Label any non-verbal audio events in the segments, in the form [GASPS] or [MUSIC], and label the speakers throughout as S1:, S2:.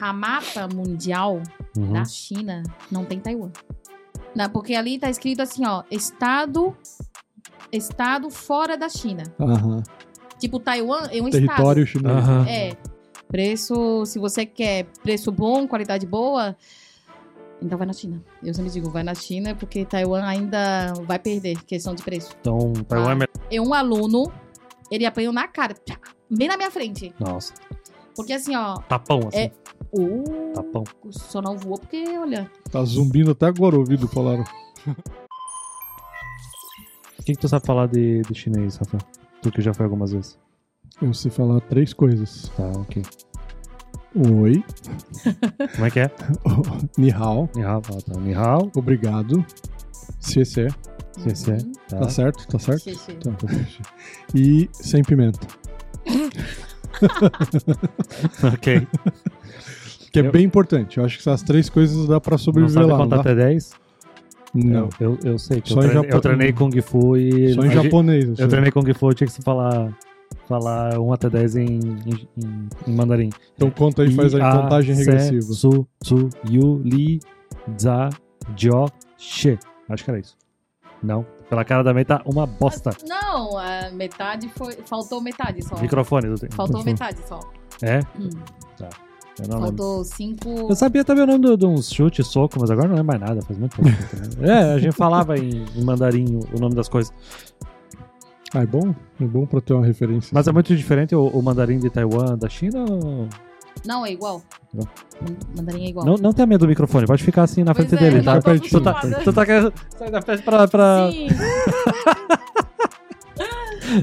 S1: a mapa mundial
S2: Uhum.
S1: da China não tem Taiwan. Na- porque ali tá escrito assim, ó, estado estado fora da China.
S2: Aham.
S1: Tipo Taiwan é um
S2: Território chinês.
S1: estado.
S3: Aham.
S1: É. Preço, se você quer preço bom, qualidade boa, então vai na China. Eu sempre digo, vai na China porque Taiwan ainda vai perder questão de preço.
S3: Então, Taiwan é melhor.
S1: E um aluno, ele apanhou na cara, pá, bem na minha frente.
S3: Nossa,
S1: Porque assim, ó,
S3: tapão, assim.
S1: É. o
S3: Tapão.
S1: só não voou porque, olha,
S2: Tá zumbindo até agora o ouvido, falaram.
S3: O que, que tu sabe falar de, de chinês, Rafa? Tu que já foi algumas vezes.
S2: Eu sei falar três coisas.
S3: Tá, ok.
S2: Oi,
S3: Como é que é?
S2: ni hao,
S3: Nihao, ah, tá. Nihao,
S2: obrigado, CC,
S3: CC, tá.
S2: tá certo? Tá certo?
S1: xixi.
S3: [LAUGHS]
S2: Tá. E sem pimenta,
S3: ok.
S2: que é
S3: Eu-
S2: bem importante. Eu acho que essas três coisas dá pra
S3: Não
S2: sobreviver
S3: sabe
S2: lá, não
S3: contar
S2: dá?
S3: até 10?
S2: Não,
S3: Eu, eu, eu sei que
S2: Só
S3: eu,
S2: em
S3: treinei,
S2: japonês.
S3: eu treinei Kung Fu e.
S2: só em
S3: É. a gente-
S2: japonês. assim. Eu, sei.
S3: Eu treinei Kung Fu, eu tinha que falar, falar 1 até 10 em, em, em- em mandarim.
S2: Então conta aí, faz a
S3: I,
S2: contagem
S3: se,
S2: regressiva.
S3: Su, Tsu, Yu, Li, Za, Jo, She. Acho que era isso. Não. Pela cara da May tá uma bosta.
S1: Não, a metade foi. Faltou metade só.
S3: Microfone do
S1: Faltou metade só.
S3: É?
S1: Hum.
S3: Tá. Eu não lembro.
S1: Faltou cinco.
S3: Eu sabia também o nome do- de uns chute, soco, mas agora não é mais nada, faz muito
S2: [LAUGHS]
S3: tempo. é, a gente falava em, em mandarim o- o nome das coisas.
S2: Ah, é bom? É bom pra ter uma referência.
S3: Mas é muito diferente o, o mandarim de Taiwan da China? ou-
S1: Não, é igual.
S3: Não.
S1: Man- Mandarim é igual.
S3: Não, não tenha medo do microfone, pode ficar assim na
S1: Pois
S3: frente
S1: é,
S3: dele,
S1: eu tô
S3: tá? Tu tá,
S1: acostumada.
S3: tu tá querendo sair da frente pra... pra-
S1: Sim,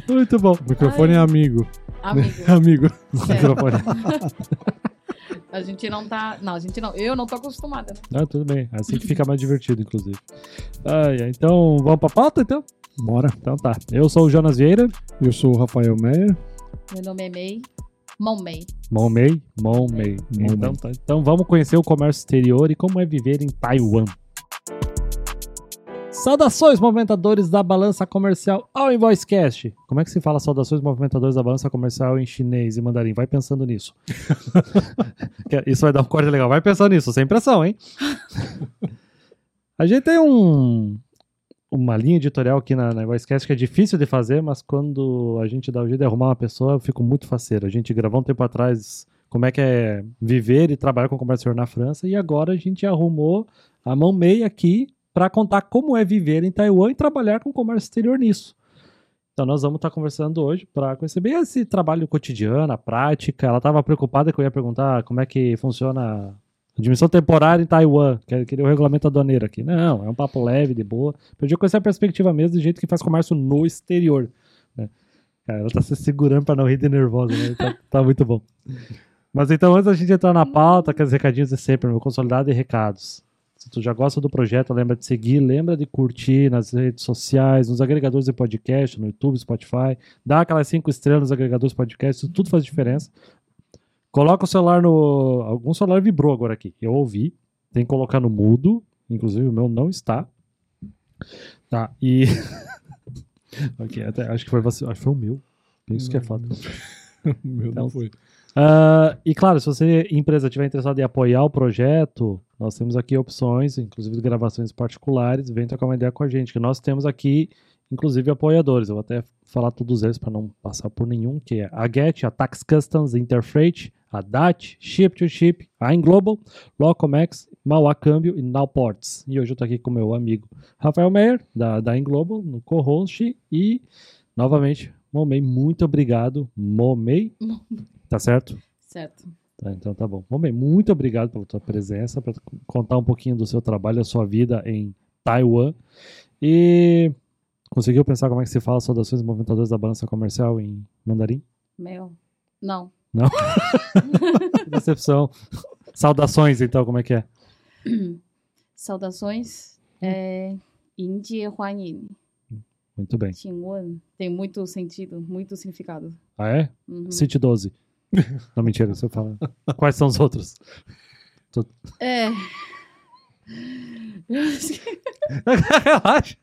S3: Muito bom.
S2: O microfone é amigo.
S1: amigo.
S2: [LAUGHS] Amigo.
S1: sério.
S3: Microfone.
S1: a gente não tá. Não, a gente não. Eu não tô acostumada. né?
S3: Não, tudo bem. Assim que fica mais divertido, inclusive. Ai, ai, então, vamos pra pauta, então?
S2: Bora.
S3: Então tá. Eu sou o Jonas Vieira,
S2: Eu sou o Rafael Meyer.
S1: Meu nome é May. Mom May.
S3: mão Mei, mão Mei.
S2: Mão
S3: Então, tá. então vamos conhecer o comércio exterior e como é viver em Taiwan. Saudações, movimentadores da balança comercial ao Invoicecast. Como é que se fala saudações, movimentadores da balança comercial em chinês e mandarim? Vai pensando nisso.
S2: [LAUGHS]
S3: Isso vai dar um corte legal. Vai pensando nisso, sem pressão,
S2: [LAUGHS]
S3: hein? A gente tem um, uma linha editorial aqui na, na Voicecast que é difícil de fazer, mas quando a gente dá o jeito de arrumar uma pessoa, eu fico muito faceiro. A gente gravou um tempo atrás como é que é viver e trabalhar com comércio exterior na França, e agora a gente arrumou a mão meia aqui para contar como é viver em Taiwan e trabalhar com comércio exterior nisso. Então nós vamos estar conversando hoje para conhecer bem esse trabalho cotidiano, a prática. Ela estava preocupada que eu ia perguntar como é que funciona a admissão temporária em Taiwan, que queria o regulamento aduaneiro aqui. Não, é um papo leve, de boa. Pra gente conhecer a perspectiva mesmo do jeito que faz comércio no exterior. né? Cara, ela tá se segurando pra não rir de nervosa, né? Tá, tá muito bom. Mas então, antes da gente entrar na pauta, aqueles recadinhos de sempre, meu consolidado e recados. Se tu já gosta do projeto, lembra de seguir, lembra de curtir nas redes sociais, nos agregadores de podcast, no YouTube, Spotify. Dá aquelas cinco estrelas nos agregadores de podcast, isso tudo faz diferença. Coloca o celular no... Algum celular vibrou agora aqui, eu ouvi. Tem que colocar no mudo, inclusive o meu não está. Tá, e. [LAUGHS] ok, até, acho que foi você. Acho que foi o meu. Isso que é foda.
S2: Meu,
S3: Então,
S2: não foi.
S3: Ah, e claro, se você, empresa, tiver interessado em apoiar o projeto, nós temos aqui opções, inclusive gravações particulares, vem trocar uma ideia com a gente, que nós temos aqui, inclusive, apoiadores. Eu vou até falar todos eles para não passar por nenhum, que é a Get, a Tax Customs, Interfreight, a DAT, Ship to Ship, a Inglobal, Locomex, Mauá Câmbio e Nowports. E hoje eu estou aqui com meu amigo Rafael Meyer, da, da Inglobal, no co-host, e novamente, Momei, muito obrigado, Momei, tá certo?
S1: Certo.
S3: Tá, então tá bom. Homem, muito obrigado pela tua presença, para contar um pouquinho do seu trabalho, da sua vida em Taiwan. E conseguiu pensar como é que se fala saudações e movimentadores da balança comercial em mandarim?
S1: Meu. Não.
S3: [LAUGHS] Decepção. saudações, então, como é que é?
S1: Saudações. É. Indie Huanyin.
S3: Muito bem.
S1: Xinguan. Tem muito sentido, muito significado.
S3: Ah, é?
S1: Uhum.
S3: City 12. Não, mentira, você fala. Quais são os outros?
S1: É.
S3: [LAUGHS]
S1: [LAUGHS]
S3: Relaxa.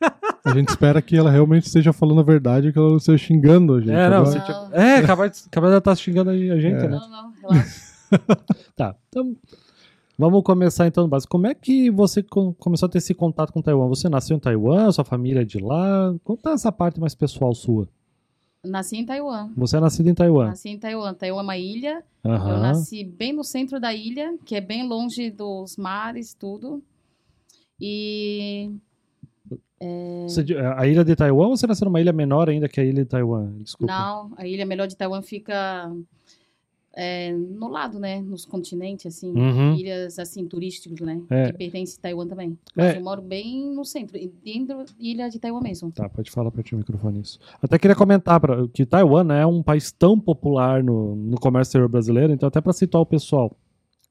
S2: A gente espera que ela realmente esteja falando a verdade, que ela não esteja xingando a gente.
S3: É, não,
S2: Agora-
S3: você-
S1: Não,
S3: É, capaz, capaz de estar tá xingando a gente, né?
S2: É.
S1: não, não, relaxa.
S3: Tá. Então, vamos começar então no básico. Como é que você co- começou a ter esse contato com Taiwan? Você nasceu em Taiwan, sua família é de lá? Conta essa parte mais pessoal sua.
S1: Nasci em Taiwan.
S3: Você é nascido em Taiwan.
S1: Nasci em Taiwan. Taiwan é uma ilha. Eu
S3: Aham.
S1: nasci bem no centro da ilha, que é bem longe dos mares, tudo. E
S3: Você de- a ilha de Taiwan ou você nasceu numa ilha menor ainda que a ilha de Taiwan? Desculpa.
S1: não, a ilha melhor de Taiwan fica é, no lado, né? Nos continentes, assim.
S3: Uhum.
S1: Ilhas, assim, turísticas, né?
S3: É.
S1: Que pertence a Taiwan também.
S3: É.
S1: Mas eu moro bem no centro, e dentro da ilha de Taiwan mesmo.
S3: Tá, pode falar pra ti o microfone isso. Até queria comentar pra, que Taiwan né, é um país tão popular no, no comércio exterior brasileiro, então até pra situar o pessoal.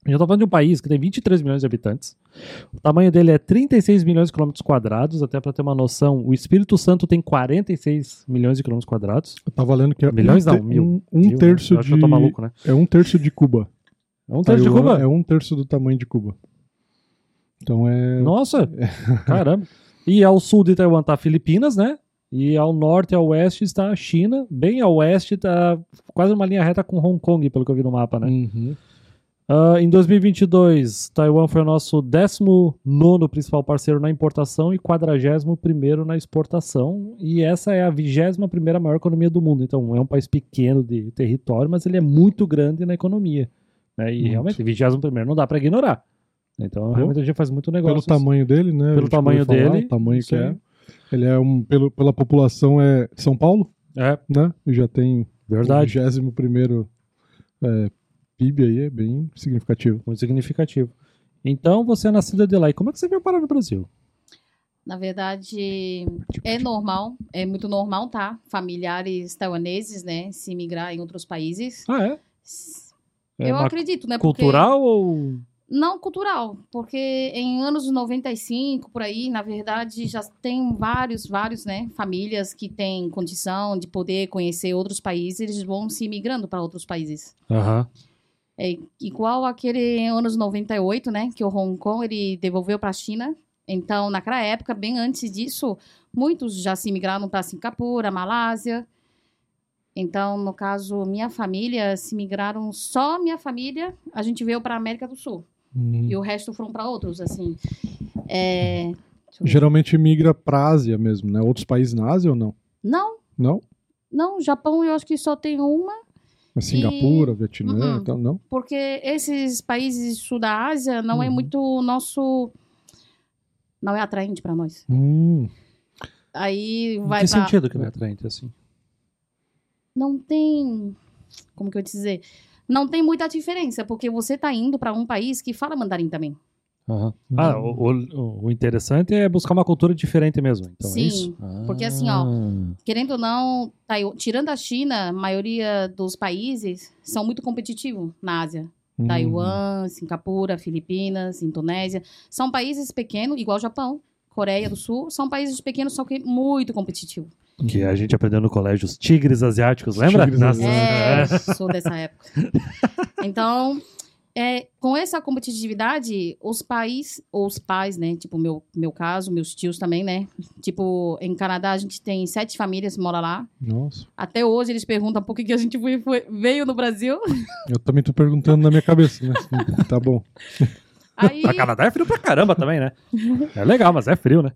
S3: A gente tá falando de um país que tem 23 milhões de habitantes. O tamanho dele é 36 milhões de quilômetros quadrados, até pra ter uma noção, o Espírito Santo tem 46 milhões de quilômetros quadrados.
S2: Eu tava lendo que é
S3: Milhões
S2: um,
S3: não,
S2: te-
S3: mil.
S2: um- um
S3: Viu? né?
S2: terço
S3: Eu acho
S2: de
S3: que eu tô maluco, né?
S2: é um terço de Cuba.
S3: É um terço de
S2: Taiwan
S3: Cuba?
S2: É um terço do tamanho de Cuba. Então é
S3: Nossa!
S2: [LAUGHS]
S3: Caramba! E ao sul de Taiwan tá Filipinas, né? E ao norte e ao oeste está a China. Bem ao oeste tá quase uma linha reta com Hong Kong, pelo que eu vi no mapa, né?
S2: Uhum.
S3: Ah, em 2022, Taiwan foi o nosso 19 principal parceiro na importação e 41 na exportação. E essa é a 21 maior economia do mundo. Então, é um país pequeno de território, mas ele é muito grande na economia. né? E
S2: Muito.
S3: realmente, 21 não dá para ignorar. Então, realmente, a gente faz muito negócio.
S2: pelo tamanho dele, né?
S3: Pelo
S2: A gente
S3: tamanho
S2: pode falar,
S3: dele,
S2: o tamanho
S3: isso
S2: que
S3: aí.
S2: é. Ele é um pelo, pela população é São Paulo,
S3: É,
S2: né? E já tem
S3: verdade.
S2: o 21º é, PIB aí é bem significativo.
S3: Muito significativo. Então, você é nascida de lá. E como é que você veio parar no Brasil?
S1: Na verdade,
S3: Tipo,
S1: é normal, é muito normal, tá? Familiares taiwaneses, né? Se migrar em outros países.
S3: Ah, é? É
S1: eu
S3: uma
S1: acredito, né? porque-
S3: cultural ou...
S1: Não cultural, porque em anos 95, por aí, na verdade, já tem vários, vários, né, famílias que têm condição de poder conhecer outros países, eles vão se migrando para outros países.
S3: Aham.
S1: É igual aquele anos 98, né, que o Hong Kong ele devolveu para a China. Então, naquela época, bem antes disso, muitos já se migraram para Singapura, Malásia. Então, no caso, minha família se migraram só minha família, a gente veio para América do Sul
S3: Uhum.
S1: e o resto foram para outros, assim. É, deixa eu ver.
S2: Geralmente migra pra Ásia mesmo, né? Outros países na Ásia ou não?
S1: Não,
S2: Não?
S1: não, Japão eu acho que só tem uma,
S2: Mas Singapura,
S1: Uhum.
S2: Vietnã, então não?
S1: porque esses países do sul da Ásia não é
S2: Uhum.
S1: muito o nosso não é atraente para nós.
S2: Hum.
S1: Aí
S3: Em
S1: vai
S3: que
S1: pra...
S3: sentido que não é atraente, assim?
S1: não tem, como que eu ia dizer? Não tem muita diferença, porque você tá indo para um país que fala mandarim também.
S3: Aham. Ah, o, o- o interessante é buscar uma cultura diferente mesmo. Então é
S1: Sim,
S3: isso. Ah.
S1: porque assim, ó, Querendo ou não, Taiwan- tirando a China, a maioria dos países são muito competitivos na Ásia.
S3: Hum.
S2: Hum.
S1: Taiwan, Singapura, Filipinas, Indonésia. São países pequenos, igual o Japão, Coreia do Sul. São países pequenos, só que muito competitivos.
S3: Que a gente aprendeu no colégio os tigres asiáticos, lembra?
S2: Tigres
S3: Nas-
S1: É,
S3: É.
S1: sou dessa época. Então, é, com essa competitividade, os pais, ou os pais, né? Tipo, meu, meu caso, meus tios também, né? Tipo, em Canadá a gente tem sete famílias que moram lá.
S2: Nossa.
S1: Até hoje eles perguntam por que, que a gente foi- foi- veio no Brasil.
S2: Eu também tô perguntando na minha cabeça, né? tá bom.
S1: Aí,
S3: Pra Canadá é frio pra caramba
S1: [LAUGHS]
S3: também, né? É legal, mas é frio, né?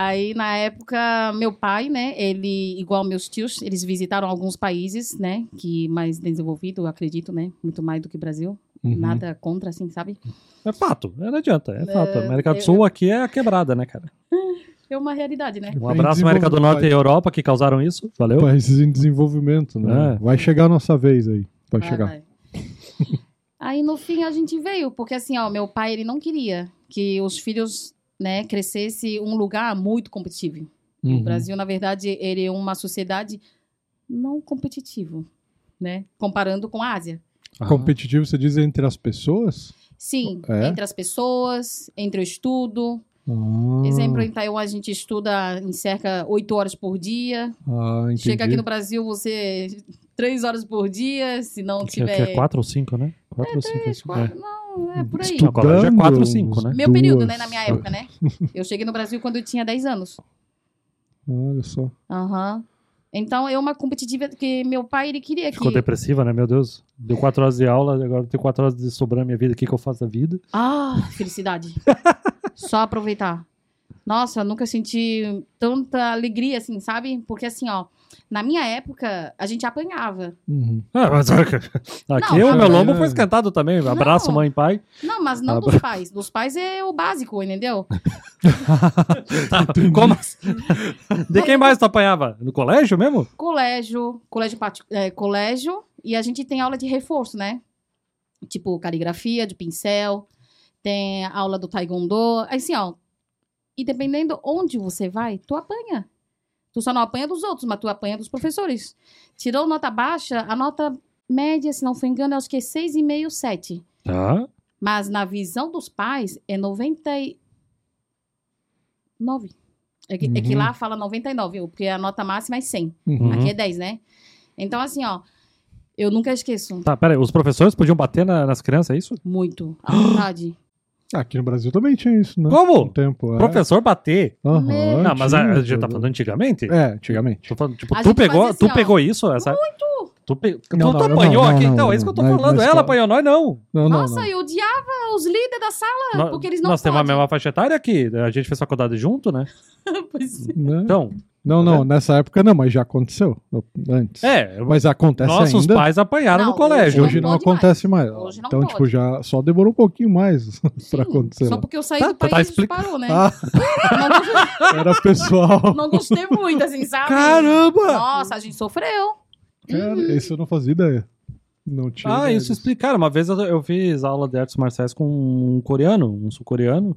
S1: Aí, na época, meu pai, né, ele, igual meus tios, eles visitaram alguns países, né, que mais desenvolvido, eu acredito, né, muito mais do que Brasil.
S2: Uhum.
S1: Nada contra, assim, sabe?
S3: É fato, é, não adianta, é fato.
S1: É,
S3: América do
S1: eu-
S3: Sul aqui é a quebrada, né, cara?
S1: É uma realidade, né?
S3: Um abraço, América do Norte e Europa, que causaram isso. Valeu.
S2: Países em desenvolvimento, né?
S3: É.
S2: Vai chegar a nossa vez aí. Vai
S1: Vai,
S2: chegar.
S1: vai. Aí, no fim, a gente veio, porque assim, ó, meu pai, ele não queria que os filhos, né, crescesse um lugar muito competitivo. O
S2: Uhum.
S1: Brasil, na verdade, ele é uma sociedade não competitiva, né, comparando com a Ásia.
S3: Ah.
S2: Competitivo, você diz é entre as pessoas?
S1: Sim,
S2: É?
S1: entre as pessoas, entre o estudo.
S2: Ah,
S1: Exemplo, em Taiwan a gente estuda em cerca oito horas por dia.
S2: Ah, entendi.
S1: Chega aqui no Brasil você três horas por dia, se não
S3: Que é- que
S1: tiver...
S3: é 4 ou 5, né? 4 ou né? 5.
S1: três, quatro, Não,
S2: Hum,
S1: é por aí.
S3: Estu- Agora já é quatro, cinco, né?
S2: uns
S1: Meu período,
S2: duas.
S1: né, na minha época, né? Eu cheguei no Brasil quando eu tinha 10 anos.
S2: Olha só.
S1: Aham. Então é uma competitividade que meu pai ele queria que
S3: Ficou depressiva, né? Meu Deus. Deu quatro horas de aula, agora eu tenho quatro horas de sobrar minha vida. O que, que eu faço da vida?
S1: Ah,
S3: [LAUGHS]
S1: felicidade. Só aproveitar. Nossa, eu nunca senti tanta alegria assim, sabe? Porque assim, ó, na minha época a gente apanhava.
S2: Uhum.
S3: Ah, mas aqui
S1: Não,
S3: o Ah, meu
S2: cara,
S3: lombo
S2: é.
S3: foi esquentado também. Abraço,
S1: Não.
S3: mãe e pai.
S1: Não, mas não
S3: Ah,
S1: dos pais. Dos pais é o básico, entendeu?
S3: [LAUGHS] Tá, como assim? De quem mais tu apanhava? No colégio mesmo?
S1: Colégio, colégio, parti- é, colégio e a gente tem aula de reforço, né? Tipo caligrafia, de pincel, tem aula do taekwondo, assim, ó. E dependendo onde você vai, tu apanha. Tu só não apanha dos outros, mas tu apanha dos professores. Tirou nota baixa, a nota média, se não for engano, eu acho que é 6,5, 7.
S3: Tá.
S1: Mas na visão dos pais é 99. É que, é que
S2: Uhum.
S1: lá fala 99, porque a nota máxima é 100.
S3: Hum.
S2: Uhum.
S1: Aqui é 10, né? Então, assim, ó, eu nunca esqueço.
S3: Tá, peraí. Os professores podiam bater na- nas crianças, é isso?
S2: [GASPS]
S1: Muito. À vontade.
S2: Ah, Aqui no Brasil também tinha isso, né? Um
S3: Como?
S2: tempo. é.
S3: Professor bater?
S2: Aham,
S1: Meu.
S3: Não, mas a,
S2: tinha,
S3: a gente tá
S2: tudo.
S3: falando antigamente?
S2: É, antigamente.
S3: Tô falando, tipo,
S1: A
S3: tu
S1: gente
S3: pegou,
S1: fazia
S3: tu
S1: assim, ó.
S3: pegou isso? Essa... Muito! Tu, pe... tu,
S2: Não,
S3: tu
S2: não,
S3: apanhou
S2: não, não,
S3: aqui, então,
S2: não,
S3: é isso que eu tô
S2: não. Na-
S3: falando.
S2: na
S3: Ela
S2: escola-
S3: apanhou, nós não.
S2: Não, não,
S1: Nossa,
S2: não.
S1: eu odiava os líderes da sala. [LAUGHS]
S3: Nó-
S1: Ah, porque eles não
S3: Nós temos a
S1: podem.
S3: mesma faixa etária aqui, a gente fez faculdade junto, né?
S1: Pois é.
S2: Né?
S3: Então,
S2: Não,
S3: Tá
S2: não, nessa época não, mas já aconteceu. no- Antes.
S3: é,
S2: Mas acontece
S3: nossos
S2: ainda.
S3: pais apanharam
S1: Não,
S3: no colégio.
S2: É, Hoje
S1: Não
S2: não,
S1: pode mais.
S2: acontece mais.
S1: Hoje não
S2: então,
S1: pode.
S2: tipo, já só demorou um pouquinho mais [LAUGHS] pra
S1: Sim,
S2: acontecer.
S1: Só
S2: né?
S1: porque eu saí
S3: Tá,
S1: do
S3: tá
S1: país, tá,
S3: explicado.
S1: parou, né?
S2: [LAUGHS] Ah.
S1: Não, gostei,
S2: Era pessoal.
S1: não gostei muito, assim, sabe?
S3: Caramba!
S1: Nossa, a gente sofreu.
S2: Cara, isso eu não fazia ideia. Não tinha.
S3: Ah,
S2: ideia
S3: isso
S2: disso.
S3: explicaram. Uma vez eu, eu fiz aula de artes marciais com um coreano, um sul-coreano.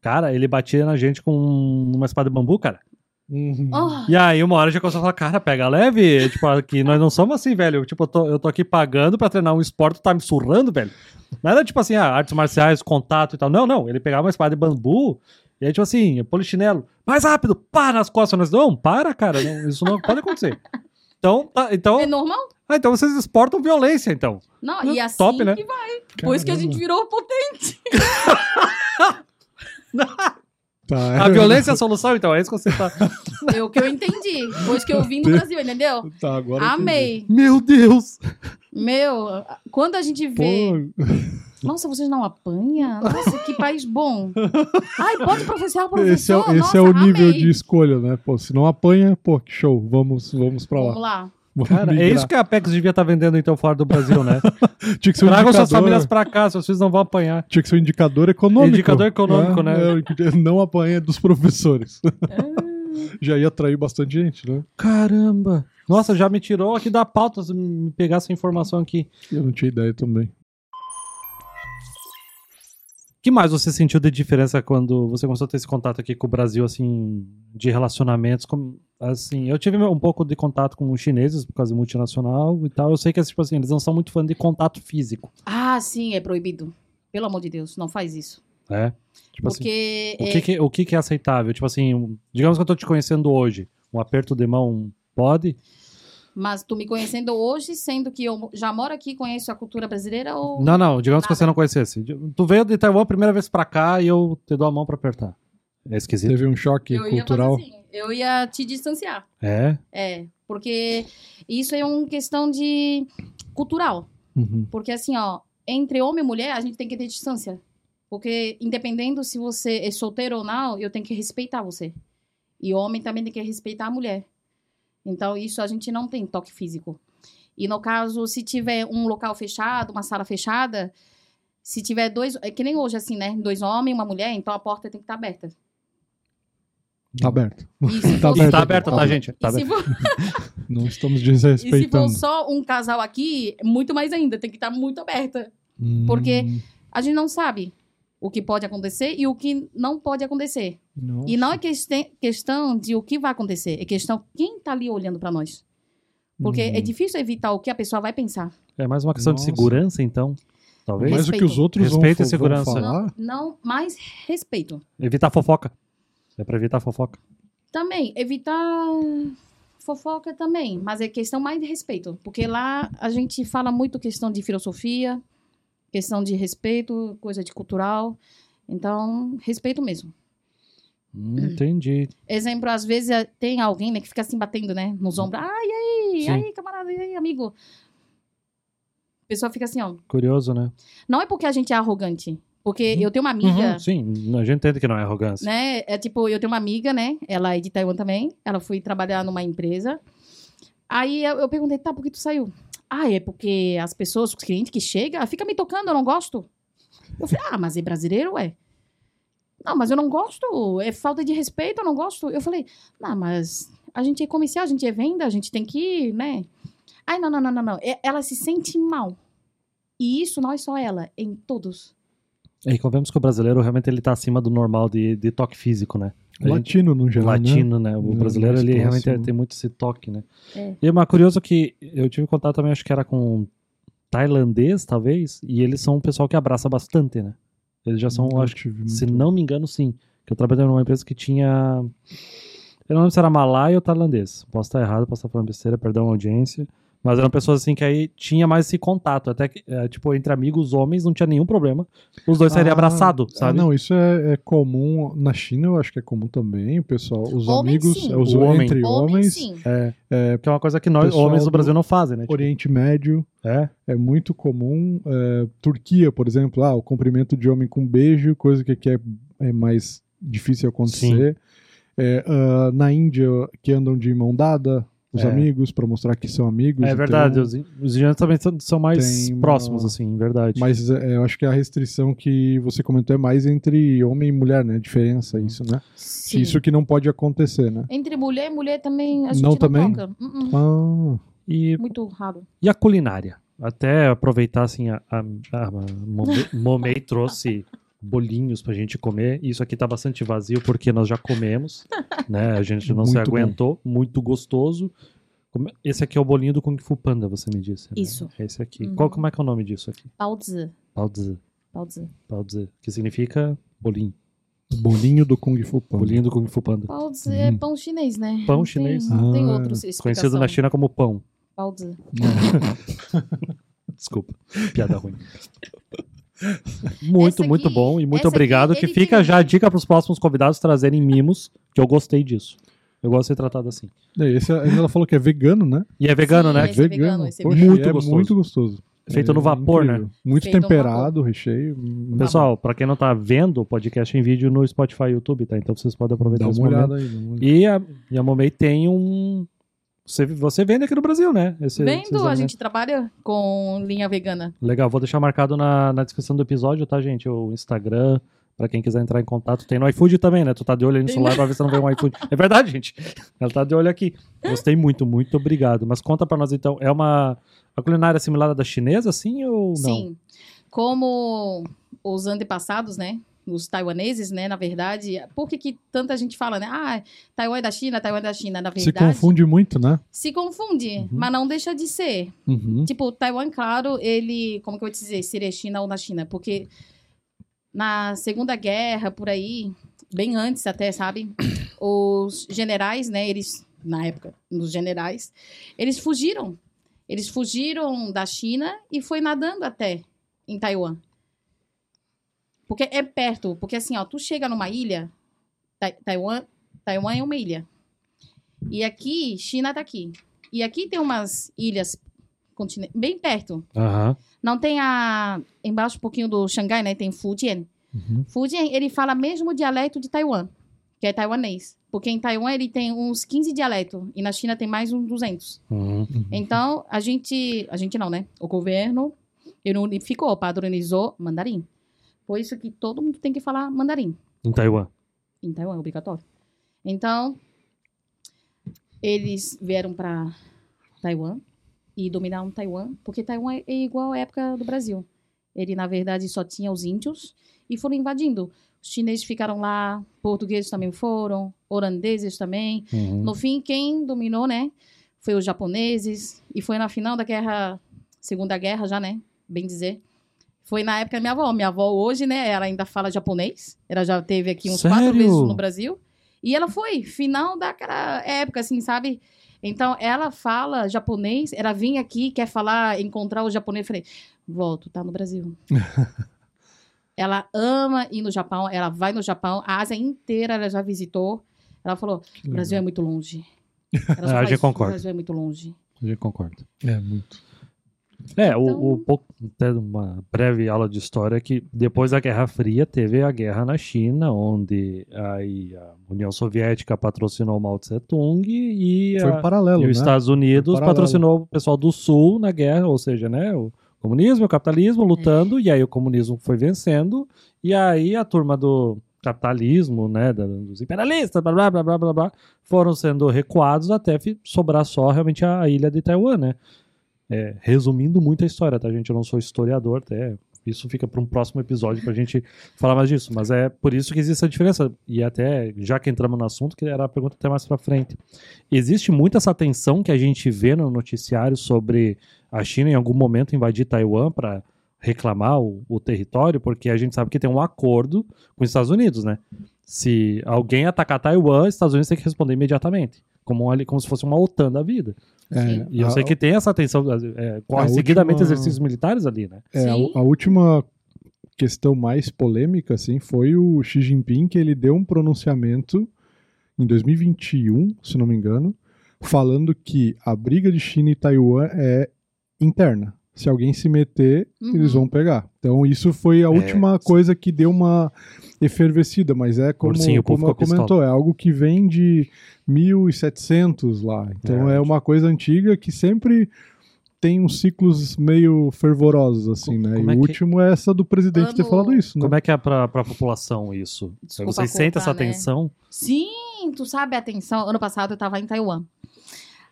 S3: Cara, ele batia na gente com uma espada de bambu, cara.
S2: Uhum.
S1: Ah,
S3: E aí, uma hora já começou a falar, cara, pega leve. Tipo, aqui nós não somos assim, velho. Tipo, eu tô, eu tô aqui pagando pra treinar um esporte, tu tá me surrando, velho. Não era tipo assim, ah, artes marciais, contato e tal. Não, não. Ele pegava uma espada de bambu e aí, tipo assim, polichinelo, mais rápido, pá, nas costas. Nós, não, para, cara. não, isso não pode acontecer. Então, tá, então,
S1: É normal?
S3: ah, então vocês exportam violência, então.
S1: Não,
S3: Hum,
S1: e assim
S3: top, né?
S1: que vai. Depois que a gente virou potente.
S2: Tá,
S3: A violência é a solução, então. É isso que você tá.
S1: É o que eu entendi. Depois que eu vim no Brasil, entendeu?
S2: [LAUGHS] Tá, agora. eu
S1: Amei.
S3: [LAUGHS] Meu Deus!
S1: Meu, quando a gente vê...
S2: entendi.
S1: Nossa, vocês não apanham? Nossa, que país
S2: [LAUGHS]
S1: bom. Ai, pode professor,
S2: Pô,
S1: professor.
S2: esse é, esse
S1: Nossa,
S2: é o nível
S1: amei.
S2: de escolha, né? Pô, se não apanha, pô, que show. Vamos, vamos pra
S1: Vamos
S2: lá.
S1: lá.
S2: Vamos
S3: Cara, é
S2: migrar.
S3: isso que a Apex devia estar vendendo, então, fora do Brasil, [LAUGHS] né?
S2: Tinha que ser um
S3: Tragam suas
S2: indicador-
S3: famílias pra cá, seus filhos não vão apanhar.
S2: Tinha que ser um indicador econômico.
S3: Indicador econômico, né?
S2: É, é, [LAUGHS] não apanha
S1: [LAUGHS]
S2: dos professores. Já ia atrair bastante gente, né?
S3: Caramba! Nossa, já me tirou aqui da pauta se me pegar essa informação aqui.
S2: Eu não tinha ideia também.
S3: O que mais você sentiu de diferença quando você começou a ter esse contato aqui com o Brasil, assim, de relacionamentos? Como, assim, eu tive um pouco de contato com os chineses, por causa de multinacional e tal. Eu sei que, tipo assim, eles não são muito fã de contato físico,
S1: Ah, sim, é proibido. Pelo amor de Deus, não faz isso.
S3: né? Tipo assim,
S1: Porque
S3: o,
S1: é,
S3: que, que- o que, que é aceitável? Tipo assim, um- digamos que eu tô te conhecendo hoje, um aperto de mão pode?
S1: Mas tu me conhecendo hoje, sendo que eu já moro aqui, conheço a cultura brasileira ou.
S3: Não, não, digamos que você não conhecesse. Tu veio de Taiwan a primeira vez pra cá e eu te dou a mão pra apertar. É esquisito.
S2: Teve um choque
S1: eu
S2: cultural.
S1: ia fazer assim, eu ia te distanciar.
S3: É?
S1: É. Porque isso é uma questão de cultural.
S2: Uhum.
S1: Porque assim, ó, entre homem e mulher, a gente tem que ter distância. Porque, independendo se você é solteiro ou não, eu tenho que respeitar você. E homem também tem que respeitar a mulher. Então, isso a gente não tem toque físico. E no caso, se tiver um local fechado, uma sala fechada, se tiver dois. É que nem hoje, assim, né? Dois homens e uma mulher, então a porta tem que estar
S2: [LAUGHS]
S1: aberta.
S2: Tá aberto.
S1: E se
S2: Tá
S1: for-
S2: aberta,
S3: tá aberta,
S2: tá
S3: tá,
S2: aberta.
S3: gente? Tá
S1: e se
S3: aberta.
S1: for-
S2: Não estamos [LAUGHS]
S1: e se for
S2: desrespeitando.
S1: só um casal aqui, muito mais ainda, tem que estar muito aberta.
S2: Hum,
S1: porque- A gente não sabe o que pode acontecer e o que não pode acontecer.
S2: não.
S1: E não é queste- questão de o que vai acontecer, é questão quem tá ali olhando para nós. Porque
S2: Hum.
S1: é difícil evitar o que a pessoa vai pensar.
S3: É mais uma questão de
S2: Nossa.
S3: segurança, então. Talvez.
S2: Mas o que os
S1: Respeito.
S2: outros vão,
S3: Respeito e
S2: vão
S3: segurança.
S2: falar.
S1: Não, mais respeito.
S3: Evitar fofoca. É pra evitar fofoca.
S1: Também, evitar fofoca também, mas é questão mais de respeito. Porque lá a gente fala muito questão de filosofia, questão de respeito, coisa de cultural. Então, respeito mesmo.
S3: Hum, Entendi.
S1: Exemplo, às vezes eh, tem alguém né, que fica assim batendo, né? Nos ombros. Ah, e aí? E
S3: Sim.
S1: aí, camarada? E aí, amigo? A pessoa fica assim, ó.
S3: Curioso, né?
S1: Não é porque a gente é arrogante. Porque eu tenho uma amiga,
S3: Uhum, sim, a gente entende que não é arrogância.
S1: É. né? É tipo, eu tenho uma amiga, né? Ela é de Taiwan também. Ela foi trabalhar numa empresa. Aí eu, eu perguntei, tá, por que tu saiu? Ah, é porque as pessoas, os clientes que chegam, fica me tocando, eu não gosto. Eu falei, ah, mas é brasileiro, ué? Não, mas eu não gosto, é falta de respeito, eu não gosto. Eu falei, não, mas a gente é comercial, a gente é venda, a gente tem que, né? Ai, não, não, não, não, não. É- Ela se sente mal. E isso não é só ela, é em todos.
S3: E convenhamos que o brasileiro realmente ele tá acima do normal de, de toque físico, né? A gente-
S2: é Latino, no geral. Né?
S3: latino, né? O
S2: É,
S3: brasileiro,
S2: mais
S3: ele realmente
S2: próximo.
S3: tem muito esse toque, né?
S1: É.
S3: E é uma curioso que eu tive contato também, acho que era com um tailandês, talvez, e eles são um pessoal que abraça bastante, né? Eles já
S2: Hum,
S3: são, acho que,
S2: tive
S3: se
S2: muito-
S3: não me engano, sim. Que eu trabalhei numa empresa que tinha... Eu não lembro se era malaio ou tailandês. Posso estar errado, posso estar falando besteira, perdão a audiência. Mas eram pessoas assim que aí tinha mais esse contato. Até que, eh, tipo, entre amigos, homens, não tinha nenhum problema. Os dois saíram
S2: Ah,
S3: abraçados,
S2: Ah,
S3: sabe?
S2: não, isso é, é comum. Na China eu acho que é comum também, o pessoal. Os
S1: Homem,
S2: amigos,
S1: sim.
S2: é, os
S3: O homem.
S2: entre
S1: Homem,
S2: homens,
S1: sim.
S3: Que é uma coisa que nós,
S2: Pessoal
S3: homens do
S2: do
S3: Brasil, não fazem, né? Tipo,
S2: Oriente Médio.
S3: é.
S2: É muito comum. é, Turquia, por exemplo, ah, o cumprimento de homem com beijo, coisa que aqui é, é mais difícil acontecer. É, ah, na Índia, que andam de mão dada, os
S3: É.
S2: amigos, para mostrar que são amigos.
S3: É
S2: então,
S3: verdade, os, os indianos também são, são mais
S2: Tem uma-
S3: próximos, assim, verdade.
S2: Mas é, eu acho que a restrição que você comentou é mais entre homem e mulher, né? A diferença,
S3: Uhum.
S2: isso, né?
S1: Sim.
S2: Isso que não pode acontecer, né?
S1: Entre mulher e mulher também a gente
S2: Não
S1: não,
S2: também?
S1: toca. Uh-uh.
S2: Ah,
S3: E,
S1: Muito raro.
S3: e a culinária? Até aproveitar, assim, a, a, a Mome-
S1: [LAUGHS]
S3: Momei trouxe bolinhos pra gente comer. Isso aqui tá bastante vazio porque nós já comemos, né? A gente não se
S2: Muito bom.
S3: aguentou, muito gostoso. Como- Esse aqui é o bolinho do Kung Fu Panda, você me disse. né?
S1: Isso.
S3: Esse aqui.
S1: Uhum.
S3: Qual, como é que é o nome disso aqui?
S1: Paozi.
S3: Pao Zi.
S1: Paozi.
S3: Pao Zi, que significa bolinho.
S2: bolinho do Kung Fu Panda.
S3: Bolinho do Kung Fu Panda.
S1: Paozi é pão chinês, né?
S3: Uhum. Pão
S1: Não
S3: chinês.
S1: Tem, não tem
S2: Ah,
S1: outro assim. explicação.
S3: Conhecido na China como pão.
S1: Paozi.
S3: Desculpa, piada ruim. [LAUGHS] Muito,
S1: Essa
S3: muito
S1: aqui-
S3: bom e muito
S1: essa aqui,
S3: obrigado.
S1: ele
S3: que fica
S1: tem- um
S3: já a dica para os próximos convidados trazerem mimos, que eu gostei disso. Eu gosto de ser tratado assim.
S2: É, Esse, ainda ela falou que é vegano, né?
S3: E é vegano,
S1: Sim,
S3: né?
S1: Esse é vegano, esse é
S2: Poxa,
S3: vegano.
S2: e é
S3: Muito
S2: muito gostoso.
S3: Feito
S2: É
S3: no vapor, né?
S2: incrível. Muito
S1: Feito no
S2: temperado o recheio. hum,
S3: Pessoal, para quem não tá vendo o podcast em vídeo no Spotify e YouTube, tá? Então vocês podem aproveitar
S2: dá
S3: esse
S2: uma
S3: momento.
S2: olhada aí. dá uma olhada.
S3: E a, e a Momei tem um. Você, você vende aqui no Brasil, né? Esse- esses
S1: Vendo, a
S3: alimentos.
S1: gente trabalha com linha vegana.
S3: Legal, vou deixar marcado na, na descrição do episódio, tá, gente? O Instagram, pra quem quiser entrar em contato. Tem no iFood também, né? Tu tá de olho aí no
S1: Tem,
S3: celular pra ver se não vem um iFood. É verdade, gente. Ela tá de olho aqui. Gostei muito, muito obrigado. Mas conta pra nós então, é uma. A culinária assimilada da chinesa, sim ou não?
S1: Sim. Como os antepassados, né? Os taiwaneses, né? Na verdade, por que, que tanta gente fala, né? Ah, Taiwan é da China, Taiwan é da China. Na
S2: Se
S1: verdade,
S2: confunde muito, né?
S1: se confunde
S2: Uhum.
S1: mas não deixa de ser.
S2: Uhum.
S1: Tipo, Taiwan, claro, ele. Como que eu vou te dizer? Seria China ou na China? Porque na Segunda Guerra, por aí, bem antes até, sabe? [COUGHS] Os generais, né? Eles. Na época, os generais. Eles fugiram. Eles fugiram da China e foi nadando até em Taiwan. Porque é perto. Porque assim, ó, tu chega numa ilha. Tai- Taiwan, Taiwan é uma ilha. E aqui, China tá aqui. E aqui tem umas ilhas continen- bem perto.
S3: Aham.
S1: Não tem a. Embaixo um pouquinho do Xangai, né? Tem Fujian.
S2: Uhum.
S1: Fujian, ele fala mesmo o dialeto de Taiwan, que é taiwanês. Porque em Taiwan ele tem uns 15 dialetos e na China tem mais uns 200.
S3: Uhum.
S1: Então, a gente. A gente não, né? O governo ele unificou, padronizou mandarim. Por isso que todo mundo tem que falar mandarim.
S3: Em Taiwan.
S1: Em Taiwan, é obrigatório. Então, eles vieram para Taiwan e dominaram Taiwan, porque Taiwan é igual à época do Brasil. Ele, na verdade, só tinha os índios e foram invadindo. Os chineses ficaram lá, portugueses também foram, holandeses também.
S3: Uhum.
S1: No fim, quem dominou, né, foi os japoneses e foi na final da guerra, Segunda Guerra já, né, bem dizer. Foi na época da minha avó. Minha avó hoje, né, ela ainda fala japonês. Ela já teve aqui uns quatro
S3: Sério?
S1: vezes no Brasil. E ela foi, final daquela época, assim, sabe? Então, ela fala japonês, ela vinha aqui, quer falar, encontrar o japonês. Eu falei, volto, tá no Brasil. Ela ama ir no Japão, ela vai no Japão, a Ásia inteira ela já visitou. Ela falou: o Brasil é muito longe. Ela só
S3: Ah, eu já
S1: faz isso,
S3: concordo.
S1: O Brasil é muito longe.
S3: Eu concordo.
S2: É, muito.
S3: É,
S1: Então-
S3: o, o pouco, até uma breve aula de história que depois da Guerra Fria teve a guerra na China, onde aí a União Soviética patrocinou Mao Tse Tung e,
S2: Foi
S3: a-
S2: um paralelo,
S3: e
S2: né?
S3: os Estados
S2: Foi
S3: Unidos
S2: paralelo.
S3: patrocinou o pessoal do Sul na guerra, ou seja, né, o comunismo e o capitalismo lutando, e aí o comunismo foi vencendo, e aí a turma do capitalismo, né, da- dos imperialistas, blá blá blá blá blá, blá foram sendo recuados até fi- sobrar só realmente a, a ilha de Taiwan, né? É, resumindo muito a história, tá, gente? Eu não sou historiador, até isso fica para um próximo episódio pra gente [LAUGHS] falar mais disso, mas é por isso que existe essa diferença. E até, já que entramos no assunto, que era a pergunta até mais pra frente. Existe muito essa tensão que a gente vê no noticiário sobre a China em algum momento invadir Taiwan para reclamar o, o território, porque a gente sabe que tem um acordo com os Estados Unidos, né? Se alguém atacar Taiwan, os Estados Unidos tem que responder imediatamente. Como, ali- como se fosse uma OTAN da vida.
S2: É,
S1: Sim.
S3: E eu sei que tem essa tensão, é, corre
S2: A
S3: seguidamente
S2: última-
S3: exercícios militares ali, né?
S2: É, a,
S1: Sim.
S2: a última questão mais polêmica, assim, foi o Xi Jinping, que ele deu um pronunciamento em 2021, se não me engano, falando que a briga de China e Taiwan é interna. Se alguém se meter,
S1: Uhum.
S2: eles vão pegar. Então, isso foi
S3: É,
S2: a última coisa que deu uma efervescida, mas é como,
S3: Ursinho, o povo
S2: como ela
S3: ficou
S2: comentou, é algo que vem de 1700 lá. Então, é,
S3: É.
S2: uma coisa antiga que sempre tem uns ciclos meio fervorosos, assim, né?
S3: como
S2: e
S3: é
S2: o
S3: que-
S2: último é essa do presidente ter
S1: Amo-
S2: falado isso, né?
S3: Como é que é pra, pra população isso?
S1: Desculpa
S3: Vocês sentem
S1: contar,
S3: essa
S1: né?
S3: tensão?
S1: Sim, tu sabe a tensão. Ano passado eu tava em Taiwan.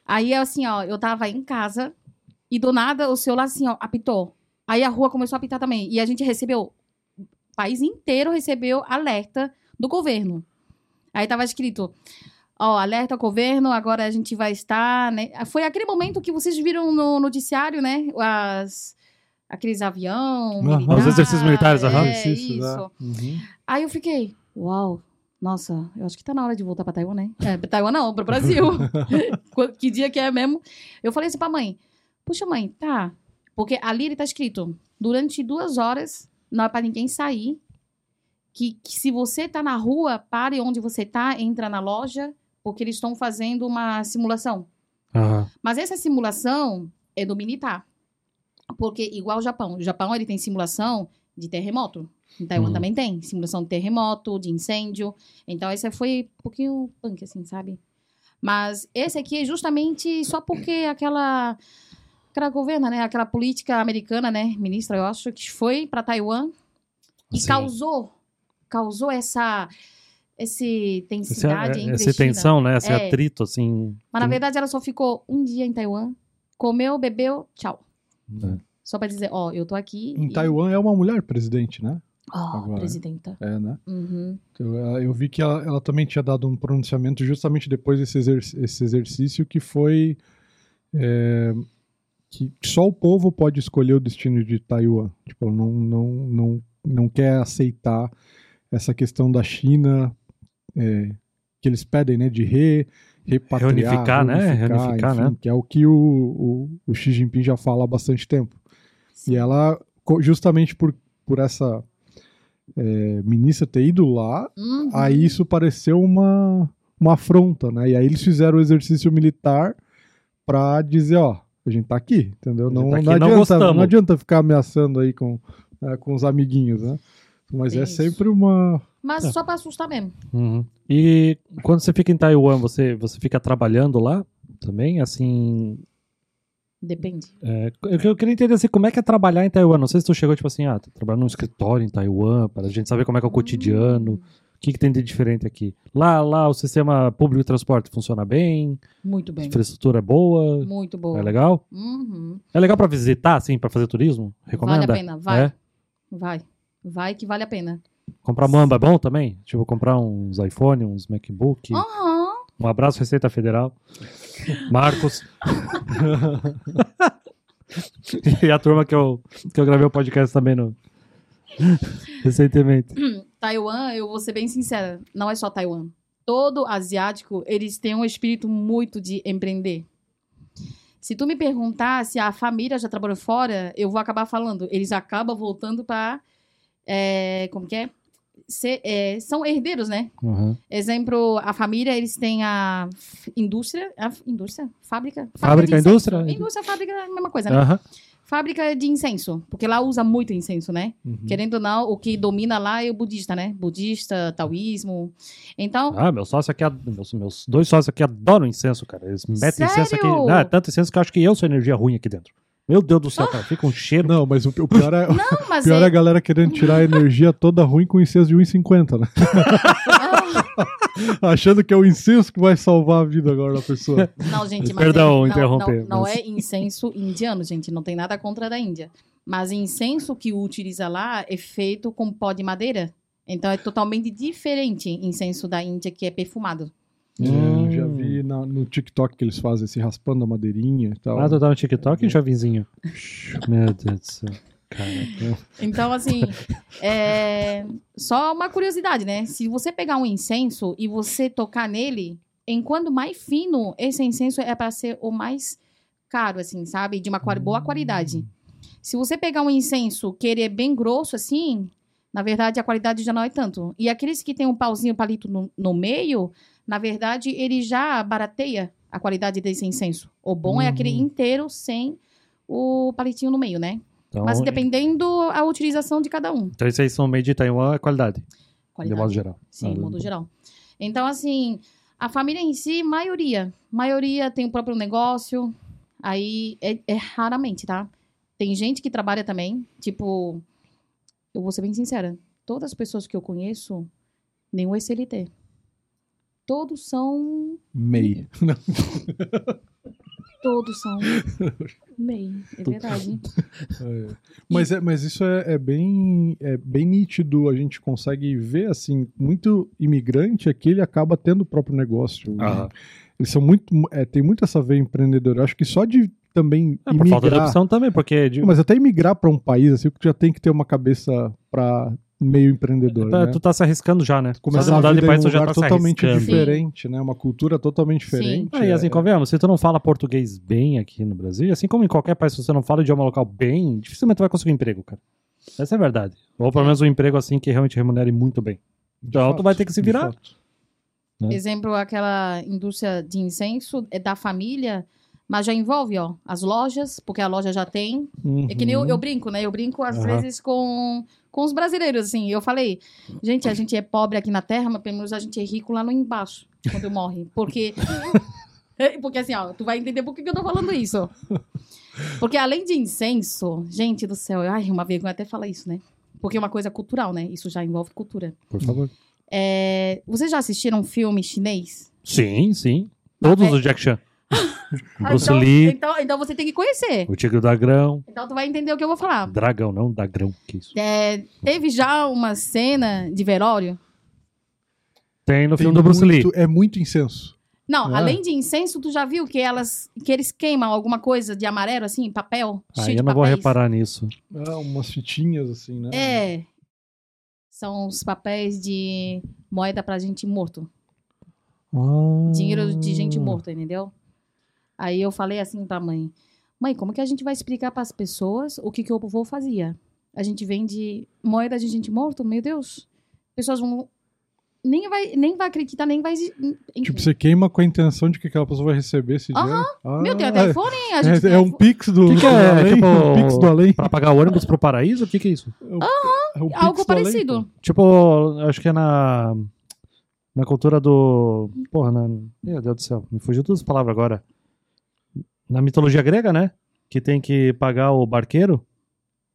S1: Aí assim, ó, eu tava em casa e do nada o celular assim, ó, apitou. Aí a rua começou a apitar também. E a gente recebeu, o país inteiro recebeu alerta do governo. Aí tava escrito, ó, alerta ao governo, agora a gente vai estar, né? Foi aquele momento que vocês viram no noticiário, né? As, aqueles avião,
S2: Aham.
S1: militar,
S2: Os
S3: exercícios militares, aham.
S1: é, isso.
S2: né? Uhum.
S1: Aí eu fiquei, uau, nossa, eu acho que tá na hora de voltar pra Taiwan, né? É, pra Taiwan não, pro Brasil. [LAUGHS] Qu- que dia que é mesmo? Eu falei assim pra mãe, puxa mãe, tá. Porque ali ele tá escrito, durante duas horas, não é pra ninguém sair. Que, que se você tá na rua, pare onde você tá, entra na loja, porque eles estão fazendo uma simulação. Mas essa simulação é do militar. Porque, igual o Japão, o Japão ele tem simulação de terremoto. Em Taiwan
S3: Uhum.
S1: também tem. Simulação de terremoto, de incêndio. Então, esse foi um pouquinho punk, assim, sabe? Mas esse aqui é justamente só porque aquela. Aquela governa, né? Aquela política americana, né? Ministra, eu acho, que foi para Taiwan e
S3: Sim.
S1: causou. Causou essa. Esse
S3: Essa,
S1: tensidade entre
S3: essa
S1: China.
S3: tensão, né? é, Esse
S1: É.
S3: atrito, assim.
S1: Mas na
S3: Tem-
S1: verdade ela só ficou um dia em Taiwan, comeu, bebeu, tchau.
S3: É.
S1: Só pra dizer, ó, eu tô aqui.
S2: Uhum. Em
S1: e-
S2: Taiwan é uma mulher presidente, né?
S1: Ó,
S2: agora, né?
S1: presidenta.
S2: É, né?
S1: Uhum.
S2: Eu, eu vi que ela, ela também tinha dado um pronunciamento justamente depois desse exer- esse exercício que foi é, que só o povo pode escolher o destino de Taiwan. Tipo, ela não, não, não, não quer aceitar essa questão da China é, que eles pedem, né, de re, repatriar,
S3: Reunificar, né? Reunificar, né?
S2: que é o que o, o, o Xi Jinping já fala há bastante tempo. E ela, co- justamente por, por essa é, ministra ter ido lá,
S1: Uhum.
S2: aí isso pareceu uma, uma afronta, né? E aí eles fizeram o exercício militar pra dizer, ó, a gente tá aqui, entendeu?
S3: gente
S2: Não,
S3: tá aqui,
S2: não,
S3: não
S2: adianta, não,
S3: gostamos.
S2: adianta ficar ameaçando aí com, né, com os amiguinhos, né? Mas é
S1: Isso.
S2: sempre uma...
S1: Mas
S3: É.
S1: só pra assustar mesmo.
S3: Uhum. E quando você fica em Taiwan, você, você fica trabalhando lá também? Assim.
S1: Depende.
S3: é, eu, eu queria entender assim, como é que é trabalhar em Taiwan. Não sei se tu chegou, tipo assim, ah, tô trabalhando num escritório em Taiwan, para a gente saber como é que é o cotidiano,
S1: Hum,
S3: o que, que tem de diferente aqui. Lá, lá o sistema público de transporte funciona
S1: Hum,
S3: bem,
S1: muito
S3: a
S1: bem.
S3: infraestrutura é boa,
S1: Muito boa.
S3: é legal.
S1: Uhum.
S3: É legal pra visitar, assim, pra fazer turismo? Recomenda?
S1: Vale a pena, vai.
S3: É?
S1: Vai. Vai que vale a pena.
S3: Comprar mamba é bom também? Tipo, comprar uns iPhone, uns MacBook.
S1: Aham.
S3: Um abraço, Receita Federal. Marcos. [LAUGHS] e a turma que eu, que eu gravei o podcast também no... recentemente.
S1: Taiwan, eu vou ser bem sincera, não é só Taiwan. Todo asiático, eles têm um espírito muito de empreender. Se tu me perguntar se a família já trabalhou fora, eu vou acabar falando. Eles acabam voltando para é, como que é? Se- é, são herdeiros, né?
S3: Uhum.
S1: Exemplo, a família, eles têm a f- indústria, a f- indústria, fábrica,
S3: Fábrica,
S1: de incenso.
S3: indústria?
S1: indústria, fábrica, é a mesma coisa, né?
S3: Aham.
S1: Fábrica de incenso, porque lá usa muito incenso, né?
S2: Uhum.
S1: Querendo ou não, o que domina lá é o budista, né? Budista, taoísmo. Então,
S3: Ah, meu sócio aqui, ad- meus, meus dois sócios aqui adoram incenso, cara. Eles metem
S1: Sério?
S3: incenso aqui. Ah, é tanto incenso que eu acho que eu sou energia ruim aqui dentro. Meu Deus do céu, cara. Fica um cheiro.
S2: Não, mas o, o pior, é, o
S1: não, mas
S2: pior é
S1: é,
S2: a galera querendo tirar a energia toda ruim com incenso de 1,50, né? [LAUGHS] Achando que é o incenso que vai salvar a vida agora da pessoa.
S1: Não, gente, mas
S3: Perdão
S1: é, não,
S3: interromper,
S1: Não, não
S3: mas-
S1: é incenso indiano, gente. Não tem nada contra da Índia. Mas incenso que utiliza lá é feito com pó de madeira. Então é totalmente diferente incenso da Índia que é perfumado.
S3: Hum.
S2: Eu já vi na- no TikTok que eles fazem esse raspando a madeirinha e tal.
S3: Ah, tu tá no TikTok, jovenzinho? Meu Deus do céu. Caraca.
S1: Então, assim, é... só uma curiosidade, né? Se você pegar um incenso e você tocar nele, enquanto mais fino, esse incenso é para ser o mais caro, assim, sabe? De uma quali- boa qualidade. Se você pegar um incenso que ele é bem grosso, assim, na verdade a qualidade já não é tanto. E aqueles que tem um pauzinho palito no, no meio, na verdade ele já barateia a qualidade desse incenso. O bom é aquele
S3: Hum.
S1: inteiro sem o palitinho no meio, né?
S3: Então,
S1: Mas dependendo a utilização de cada um.
S3: então, isso aí são made in Taiwan, é qualidade, de
S1: Qualidade.
S3: modo geral.
S1: Sim,
S3: Ah,
S1: modo geral. Então, assim, a família em si, maioria. Maioria tem o próprio negócio. Aí é, é raramente, tá? Tem gente que trabalha também. Tipo, eu vou ser bem sincera. Todas as pessoas que eu conheço, nenhum é CLT. Todos são.
S2: MEI.
S1: Todos
S3: [LAUGHS]
S1: são. MEI. É verdade.
S2: É. Mas, é, mas isso é, é bem, é bem nítido, a gente consegue ver, assim, muito imigrante aqui, ele acaba tendo o próprio negócio.
S3: Aham.
S2: Eles são muito, é, tem muito essa veia empreendedora, acho que só de também
S3: É, por falta de
S2: imigrar,
S3: opção também, porque... é de-
S2: mas até imigrar para um país, assim, que tu já tem que ter uma cabeça para meio empreendedor,
S3: Pra-
S2: né?
S3: Tu tá se arriscando já, né?
S2: Começar
S3: Só de
S2: a
S3: mudar
S2: vida
S3: de país,
S2: em um
S3: tu já tá
S2: lugar
S3: se
S2: totalmente
S3: arriscando.
S2: diferente, né? Uma cultura totalmente diferente.
S3: Ah, e assim,
S2: é.
S3: convenhamos, se tu não fala português bem aqui no Brasil, e assim como em qualquer país, se você não fala o idioma local bem, dificilmente tu vai conseguir um emprego, cara. Essa é a verdade. Ou pelo menos um emprego assim que realmente remunere muito bem.
S2: De
S3: Então, tu
S2: fato,
S3: vai ter que se
S2: de
S3: virar.
S2: fato.
S1: Exemplo, aquela indústria de incenso é da família, mas já envolve, ó, as lojas, porque a loja já tem.
S2: Uhum.
S1: É que nem eu, eu brinco, né? Eu brinco às
S3: Aham.
S1: vezes com, com os brasileiros, assim. Eu falei, gente, a gente é pobre aqui na terra, mas pelo menos a gente é rico lá no embaixo, quando morre. Porque. [LAUGHS] É, Porque assim, ó, tu vai entender por que que eu tô falando isso. Porque além de incenso, gente do céu, ai, uma vergonha até falar isso, né? Porque é uma coisa cultural, né? Isso já envolve cultura.
S3: Por favor.
S1: É, vocês já assistiram um filme chinês?
S3: Sim, sim. Todos
S1: É.
S3: os Jack Chan.
S1: Ah,
S3: Bruce
S1: então,
S3: Lee,
S1: Então, então você tem que conhecer.
S3: o Tigre do Agrão.
S1: Então tu vai entender o que eu vou falar.
S3: Dragão, não Dagrão, que isso.
S1: É, teve já uma cena de velório?
S3: Tem no
S2: Tem
S3: filme do Bruce Lee.
S2: muito- É muito incenso.
S1: Não,
S2: Ah.
S1: além de incenso, tu já viu que elas que eles queimam alguma coisa de amarelo assim, papel,
S3: Aí
S1: cheio
S3: eu
S1: de
S3: não vou
S1: papéis?
S3: reparar nisso.
S2: Ah, umas fitinhas assim, né?
S1: É. São os papéis de moeda pra gente morto, dinheiro de
S3: Ah.
S2: Hum.
S1: gente morta, entendeu? Aí eu falei assim pra mãe: "Mãe, como que a gente vai explicar pras pessoas o que que o vovô fazia? A gente vende moeda de gente morto, meu Deus. Pessoas vão nem vai nem vai acreditar, nem vai enfim.
S2: Tipo, você queima com a intenção de que aquela pessoa vai receber esse
S1: Aham.
S2: dinheiro. Ah,
S1: Meu Deus, até iPhone, a gente
S2: [LAUGHS] é,
S1: tem
S2: é um
S1: iPhone.
S2: pix do,
S3: Que que
S2: do
S3: é?
S2: além.
S3: Tipo-
S2: um pix do além.
S3: Pra pagar ônibus pro paraíso? O que que é isso?
S2: É um- é um pix
S1: algo
S2: do além,
S1: parecido.
S2: pô.
S3: Tipo, acho que é na. Na cultura do. Porra, na. Meu Deus do céu, me fugiu todas as palavras agora. Na mitologia grega, né? Que tem que pagar o barqueiro,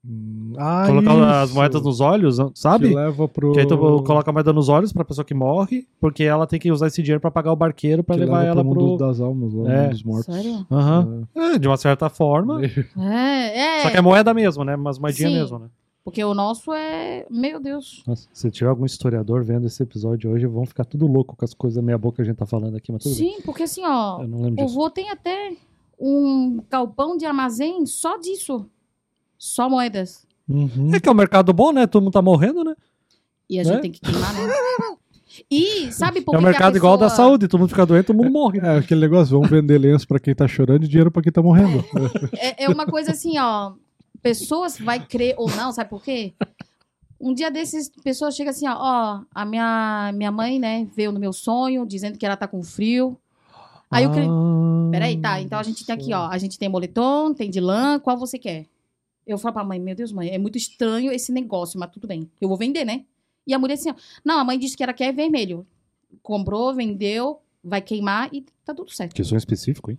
S2: Hum, Ah,
S3: colocar as
S2: isso.
S3: moedas nos olhos,
S2: Que
S3: sabe?
S2: leva pro...
S3: Que aí tu coloca a moeda nos olhos pra pessoa que morre, porque ela tem que usar esse dinheiro pra pagar o barqueiro pra
S2: que
S3: levar
S2: leva
S3: ela
S2: pro mundo
S3: pro.
S2: das almas, lá,
S3: É.
S2: mundo dos mortos.
S1: Sério?
S3: Aham. É, de uma certa
S2: Uhum.
S3: forma.
S1: É, é.
S3: Só que é moeda mesmo, né? Mas moedinha
S1: Sim.
S3: mesmo, né?
S1: Porque o nosso é. Meu Deus.
S3: Nossa, se tiver algum historiador vendo esse episódio hoje, vão ficar tudo louco com as coisas meia boca que a gente tá falando aqui, mas tudo bem. É
S1: Sim, porque assim, ó.
S3: Eu não lembro
S1: O
S3: disso.
S1: vô tem até um galpão de armazém só disso. Só moedas.
S2: Uhum.
S3: É que é um mercado bom, né? Todo mundo tá morrendo, né?
S1: E a gente
S3: É?
S1: tem que queimar, né? E sabe por
S3: é um
S1: que que a
S3: mercado igual da
S1: pessoa-
S3: saúde. Todo mundo fica doente, todo mundo morre. né?
S2: É aquele negócio, vamos vender lenço pra quem tá chorando e dinheiro pra quem tá morrendo.
S1: É, é uma coisa assim, ó. Pessoas vai crer ou não, sabe por quê? Um dia desses, pessoa chega assim, ó, ó, a minha, minha mãe, né, veio no meu sonho, dizendo que ela tá com frio. Aí eu cre...
S3: Ah,
S1: Peraí, tá, então a gente tem aqui, ó, a gente tem moletom, tem de lã, qual você quer? Eu falo pra mãe, meu Deus, mãe, é muito estranho esse negócio, mas tudo bem, eu vou vender, né? E a mulher assim, ó, não, a mãe disse que ela quer vermelho. Comprou, vendeu, vai queimar e tá tudo certo.
S4: Que
S3: um
S4: som específico, hein?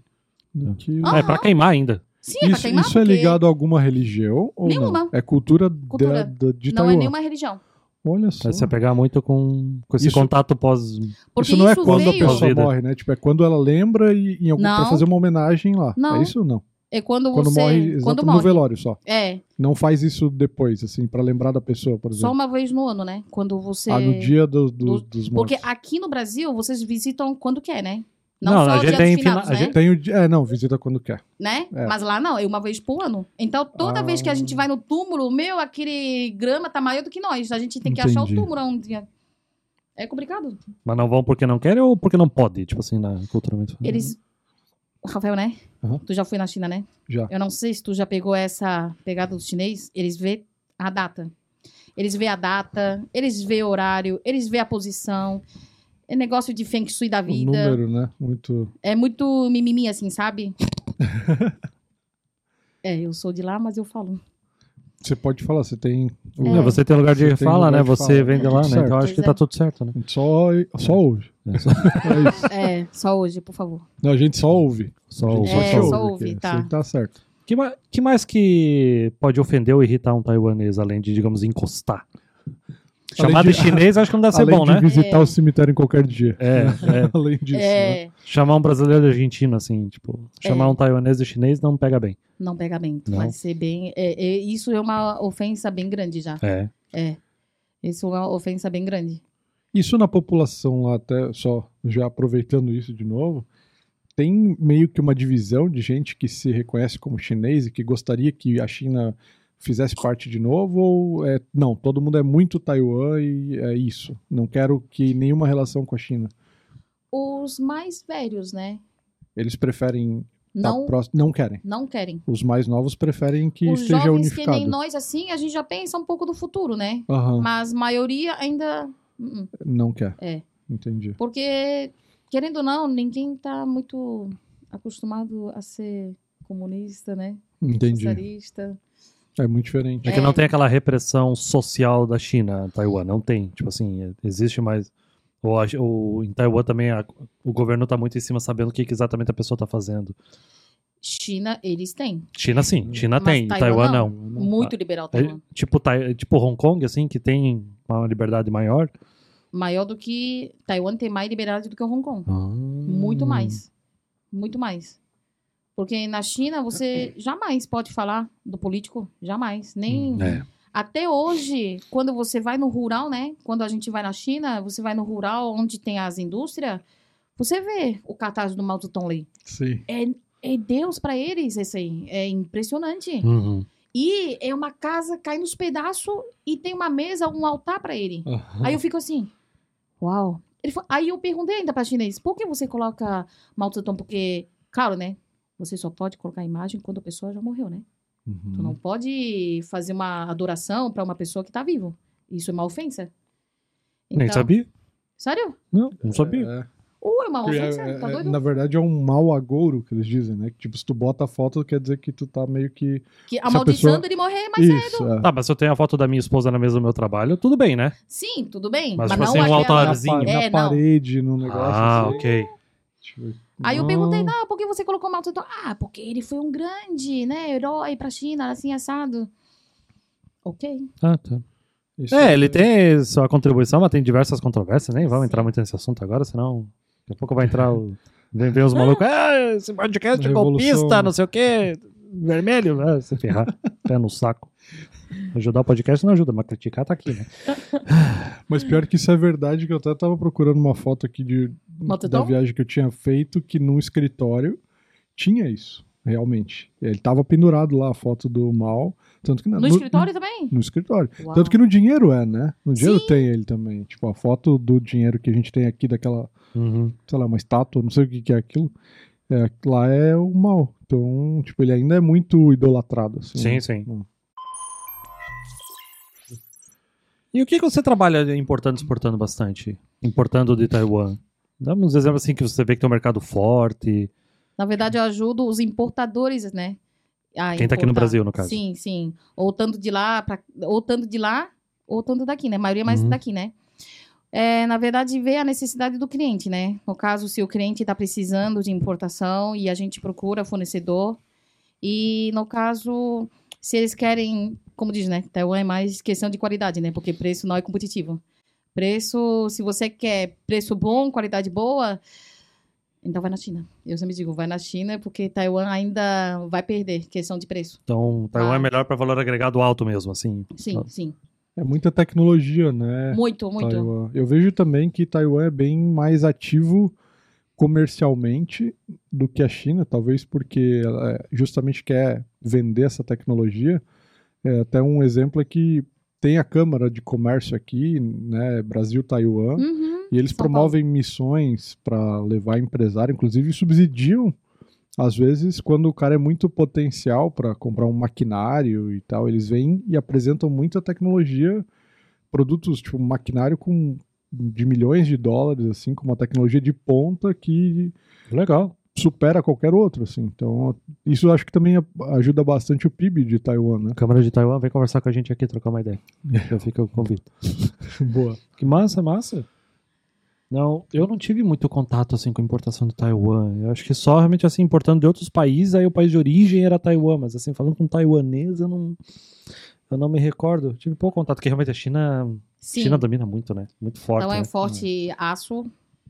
S2: Que-
S1: Ah,
S3: É pra queimar ainda.
S1: Sim, é pra
S2: Isso,
S1: queimar,
S2: isso é
S1: porque
S2: ligado a alguma religião ou
S1: Nenhuma.
S2: não? É cultura,
S1: Cultura.
S2: Da, da, de
S1: Não
S2: Taiwan.
S1: é nenhuma religião.
S2: Olha só.
S3: Vai se apegar muito com, com esse
S2: Isso-
S3: contato pós.
S1: Porque
S2: isso não é quando
S1: veio...
S2: a pessoa
S3: Vida.
S2: morre, né? Tipo, é quando ela lembra e em algum, pra
S1: Não.
S2: fazer uma homenagem lá.
S1: Não.
S2: É isso ou não?
S1: É quando,
S2: Quando
S1: você...
S2: morre, exato,
S1: quando
S2: no
S1: morre.
S2: velório só.
S1: É,
S2: Não faz isso depois, assim, pra lembrar da pessoa, por
S1: só
S2: exemplo.
S1: uma vez no ano, né? Quando você...
S2: Ah, no dia do, do-
S1: do-
S2: dos mortos.
S1: Porque aqui no Brasil, vocês visitam quando quer, né?
S3: Não,
S1: Não,
S3: a
S1: só
S3: gente
S1: dia
S3: tem
S1: dos
S3: fina-
S1: finados,
S3: a
S1: né?
S3: gente
S2: Tem o dia... É, não, visita quando quer.
S1: né?
S2: É.
S1: Mas lá não, é uma vez por ano. Então, toda
S2: Ah.
S1: vez que a gente vai no túmulo, meu, aquele grama tá maior do que nós. A gente tem que achar o
S2: Entendi. Uhum.
S1: túmulo um dia. É complicado.
S3: Mas não vão porque não querem ou porque não pode? Tipo assim, na culturalmente.
S1: Eles. Rafael, né?
S2: Aham.
S1: Tu já foi na China, né?
S2: Já.
S1: Eu não sei se tu já pegou essa pegada do chinês. Eles vê a data. Eles vê a data, eles vê o horário, eles vê a posição. É negócio de feng shui da
S2: O
S1: vida.
S2: número, né? Muito...
S1: É muito mimimi, assim,
S2: [LAUGHS]
S1: sabe? é, eu sou de lá, mas eu falo.
S2: Você pode falar, você tem...
S1: É.
S3: Não, Você tem lugar de
S2: Você tem
S3: fala,
S2: lugar
S3: né?
S2: de
S3: Você
S2: fala.
S3: vende
S2: Tá
S3: lá,
S2: tudo
S3: né? Então
S1: certo.
S3: acho que
S1: Pois
S3: tá
S1: é.
S3: tudo certo, né?
S2: Só, só ouve.
S3: É só-
S2: [LAUGHS] É isso.
S1: É, só hoje, por favor.
S2: Não, a gente só ouve.
S3: só
S2: A
S3: o-
S2: gente
S1: É,
S2: te
S1: só
S2: ouve,
S1: ouve,
S2: porque
S1: tá.
S2: isso aí tá certo.
S3: Que, ma- que mais que pode ofender ou irritar um taiwanês, além de, digamos, encostar? Chamado
S2: de-
S3: chinês, acho que não deve ser
S2: Além
S3: bom,
S2: de
S3: né?
S2: visitar o cemitério em qualquer dia. [LAUGHS]
S3: É, é.
S2: Além disso, né?
S1: é,
S3: Chamar um brasileiro de argentino, assim, tipo,
S1: É.
S3: chamar um taiwanês de chinês não pega bem.
S1: não pega bem. Tu
S3: Não.
S1: Vai ser bem. é, é, isso é uma ofensa bem grande já.
S3: É.
S1: Isso é uma ofensa bem grande.
S2: Isso na população lá, até só já aproveitando isso de novo, tem meio que uma divisão de gente que se reconhece como chinês e que gostaria que a China fizesse parte de novo, ou é, não, todo mundo é muito Taiwan e é isso. Não quero que nenhuma relação com a China.
S1: Os mais velhos,
S2: Tá
S1: né?
S2: Eles preferem tá
S1: Não,
S2: próximo- não querem.
S1: não querem.
S2: Os mais novos preferem que
S1: Os
S2: esteja
S1: jovens que
S2: unificado. Hum.
S1: nem nós, assim, a gente já pensa um pouco do futuro, né?
S2: Aham,
S1: Mas maioria ainda. uh-uh.
S2: não quer.
S1: É.
S2: Entendi.
S1: Porque, querendo ou não, ninguém tá muito acostumado a ser comunista, né?
S2: Entendi.
S1: Socialista.
S2: É muito diferente.
S3: É que
S1: É.
S3: não tem aquela repressão social da China, Taiwan, não tem. Tipo assim, é- existe mais. Ou, a- ou em Taiwan também a- o governo tá muito em cima sabendo o que, que exatamente a pessoa tá fazendo.
S1: China, eles têm.
S3: China sim, China
S1: Mas
S3: tem,
S1: Taiwan
S3: Taiwan não.
S1: Muito liberal
S3: É,
S1: Taiwan.
S3: tipo, Tai- tipo Hong Kong, assim, que tem uma liberdade maior.
S1: Maior do que. Taiwan tem mais liberdade do que o Hong Kong. Muito
S2: Hum.
S1: mais. Muito mais. Porque na China você jamais pode falar do político, jamais. Nem
S2: Hum,
S4: É.
S1: até hoje, quando você vai no rural, né? Quando a gente vai na China, você vai no rural onde tem as indústrias, você vê o cartaz do Mao Zedong ali.
S2: Sim.
S1: É Deus pra eles esse aí, é impressionante.
S3: Uhum.
S1: E é uma casa cai nos pedaços e tem uma mesa, um altar pra ele.
S2: Aham.
S1: Aí eu fico assim, uau. Ele fa- aí eu perguntei ainda pra chinês, por que você coloca Mao Zedong? Porque, claro, né? Você só pode colocar a imagem quando a pessoa já morreu, né? Tu não pode fazer uma adoração pra uma pessoa que tá viva. Isso é uma ofensa.
S3: Nem
S1: Então-
S3: sabia?
S1: Sério?
S3: Não, não sabia.
S2: É.
S1: Uh, é uma
S2: Que é-
S1: ofensa?
S2: é-
S1: tá
S2: é-
S1: doido?
S2: na verdade, é um mau agouro que eles dizem, né? Que, tipo, se tu bota a foto, quer dizer que tu tá meio que.
S1: Que amaldiçando
S2: pessoa-
S1: ele morrer, mas
S2: Isso. É.
S3: Tá, mas se eu tenho a foto da minha esposa na mesa do meu trabalho, tudo bem, né?
S1: sim, tudo bem. Mas,
S3: Mas, tipo
S1: não
S3: assim, um
S1: aquela-
S2: Na,
S3: altarzinho.
S2: pa-
S1: É,
S2: na
S1: não.
S2: parede, num negócio
S3: ah,
S2: assim.
S3: ok.
S2: Tipo,
S1: Aí eu
S3: Ah.
S1: perguntei, não, por que você colocou Mao Zedong? Ah, porque ele foi um grande, né, herói pra China, assim, assado. Ok.
S3: Ah, tá.
S2: isso
S3: É, ele tem sua contribuição, mas tem diversas controvérsias, nem vamos entrar muito nesse assunto agora, senão daqui a pouco vai entrar o... Vem ver os malucos, ah, esse podcast é
S2: Revolução.
S3: golpista, não sei o quê, vermelho, ah, se [LAUGHS] ferrar, pé no saco. Ajudar o podcast não ajuda, mas criticar tá aqui, né?
S2: Mas pior que isso é verdade, que eu até tava procurando uma foto aqui de,
S1: Mao
S2: da
S1: Zedong?
S2: viagem que eu tinha feito, que num escritório tinha isso, realmente. Ele tava pendurado lá a foto do mal. Tanto que na-
S1: No escritório também?
S2: No escritório.
S1: Uau.
S2: Tanto que no dinheiro é, né? No dinheiro
S1: Sim.
S2: tem ele também. Tipo, a foto do dinheiro que a gente tem aqui, daquela
S3: Uhum.
S2: sei lá, uma estátua, não sei o que, que é aquilo. É, lá é o mal. Então, tipo, ele ainda é
S3: Uhum.
S2: muito idolatrado. Assim,
S3: Sim,
S2: né?
S3: sim. E o que, que você trabalha importando e exportando bastante? Importando de Taiwan? Dá uns exemplos assim que você vê que tem um mercado forte.
S1: Na verdade, eu ajudo os importadores, né? a
S3: Quem tá aqui no
S1: importar.
S3: Brasil, no caso.
S1: Sim, sim. Ou tanto de lá, pra, ou tanto de lá, ou tanto daqui, né? A maioria é mais
S3: Uhum.
S1: daqui, né? É, na verdade, vê a necessidade do cliente, né? No caso, se o cliente está precisando de importação e a gente procura fornecedor. E no caso, se eles querem, como diz, né? Taiwan é mais questão de qualidade, né? Porque preço não é competitivo. Preço, se você quer preço bom, qualidade boa, então vai na China. Eu sempre digo, vai na China, porque Taiwan ainda vai perder questão de preço.
S3: Então, Taiwan é
S1: Ah.
S3: melhor para valor agregado alto mesmo, assim.
S1: Sim,
S3: Nossa.
S1: sim.
S2: É muita tecnologia, né?
S1: Muito, muito.
S2: Taiwan. Eu vejo também que Taiwan é bem mais ativo comercialmente do que a China, talvez porque ela eh, justamente quer vender essa tecnologia. É, até um exemplo é que tem a Câmara de Comércio aqui, né, Brasil-Taiwan,
S1: Uhum.
S2: e eles
S1: São
S2: promovem missões para levar empresário, inclusive subsidiam, às vezes, quando o cara é muito potencial para comprar um maquinário e tal, eles vêm e apresentam muita tecnologia, produtos tipo maquinário com de milhões de dólares, assim, com uma tecnologia de ponta que
S3: Legal.
S2: supera qualquer outro, assim. Então, isso eu acho que também a- ajuda bastante o PIB de Taiwan,
S3: [LAUGHS]
S2: né?
S3: Câmara de Taiwan, vem conversar com a gente aqui, trocar uma [LAUGHS] ideia. Já fica o convite.
S2: Boa.
S3: Que massa, massa. Não, eu não tive muito contato assim com importação de Taiwan. Eu acho que só realmente assim importando de outros países, aí o país de origem era Taiwan, mas assim falando com taiwanês, eu não eu não me recordo. Tive pouco contato, porque realmente a China,
S1: Sim.
S3: China domina muito, né? Muito forte.
S1: Então é
S3: né?
S1: forte aço,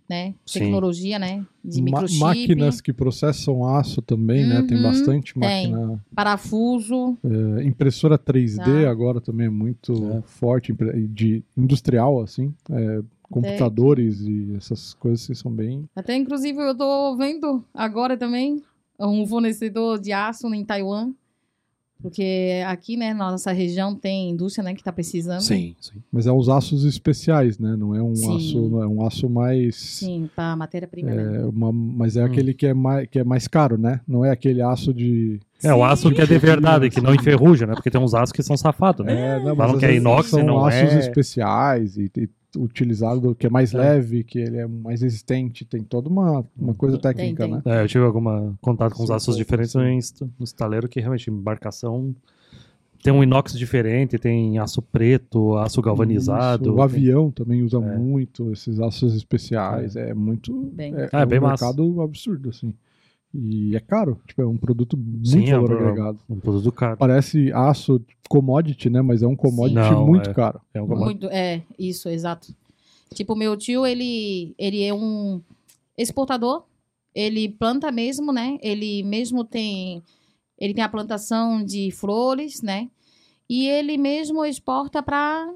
S1: né?
S3: Sim.
S1: Tecnologia, né? De
S2: Ma-
S1: microchip,
S2: máquinas que processam aço também, né? Tem
S1: Uhum,
S2: bastante
S1: tem.
S2: máquina.
S1: parafuso.
S2: É, impressora 3D
S1: Tá.
S2: agora também é muito
S3: É.
S2: forte, impre- de industrial, assim. é, computadores e essas coisas assim, são bem.
S1: Até inclusive eu tô vendo agora também um fornecedor de aço em Taiwan. Porque aqui, né, na nossa região tem indústria, né, que tá precisando.
S3: Sim, sim.
S2: Mas é uns aços especiais, né? Não é um
S1: Sim.
S2: aço, não é um aço mais.
S1: Sim, pra matéria-prima, né?
S2: é, uma- mas é
S3: Hum.
S2: aquele que é, mais, que é mais caro, né? Não é aquele aço de.
S3: É, o
S1: Sim.
S3: aço que é de verdade, que não enferruja, né? Porque tem uns aços que são safados, né?
S2: É, não,
S3: Falam
S2: às
S3: que é
S2: vezes
S3: inox e
S2: são
S3: não
S2: aços
S3: é.
S2: especiais e, e utilizado que é mais
S3: É.
S2: leve, que ele é mais resistente, tem toda uma, uma coisa técnica,
S1: tem.
S2: né?
S3: É, eu tive algum contato com os
S2: Sim,
S3: aços
S2: sim,
S3: diferentes
S2: sim.
S3: no inst- no estaleiro, que realmente embarcação tem um inox diferente, tem aço preto, aço galvanizado. É.
S2: Isso, O
S3: tem-
S2: avião também usa muito esses aços especiais. É, muito.
S1: Bem.
S2: É,
S3: Ah, é
S2: um
S3: bem massa.
S2: mercado absurdo, assim. E é caro. Tipo, é um produto muito
S3: Sim, é um
S2: valor
S3: pro-
S2: agregado.
S3: Um produto caro.
S2: Parece aço commodity, né? Mas é um commodity
S3: Sim. Não,
S2: muito
S3: é.
S2: caro.
S3: É um commodity.
S1: Muito, é, isso, exato. Tipo, meu tio, ele, ele é um exportador, ele planta mesmo, né? Ele mesmo tem, ele tem a plantação de flores, né? E ele mesmo exporta para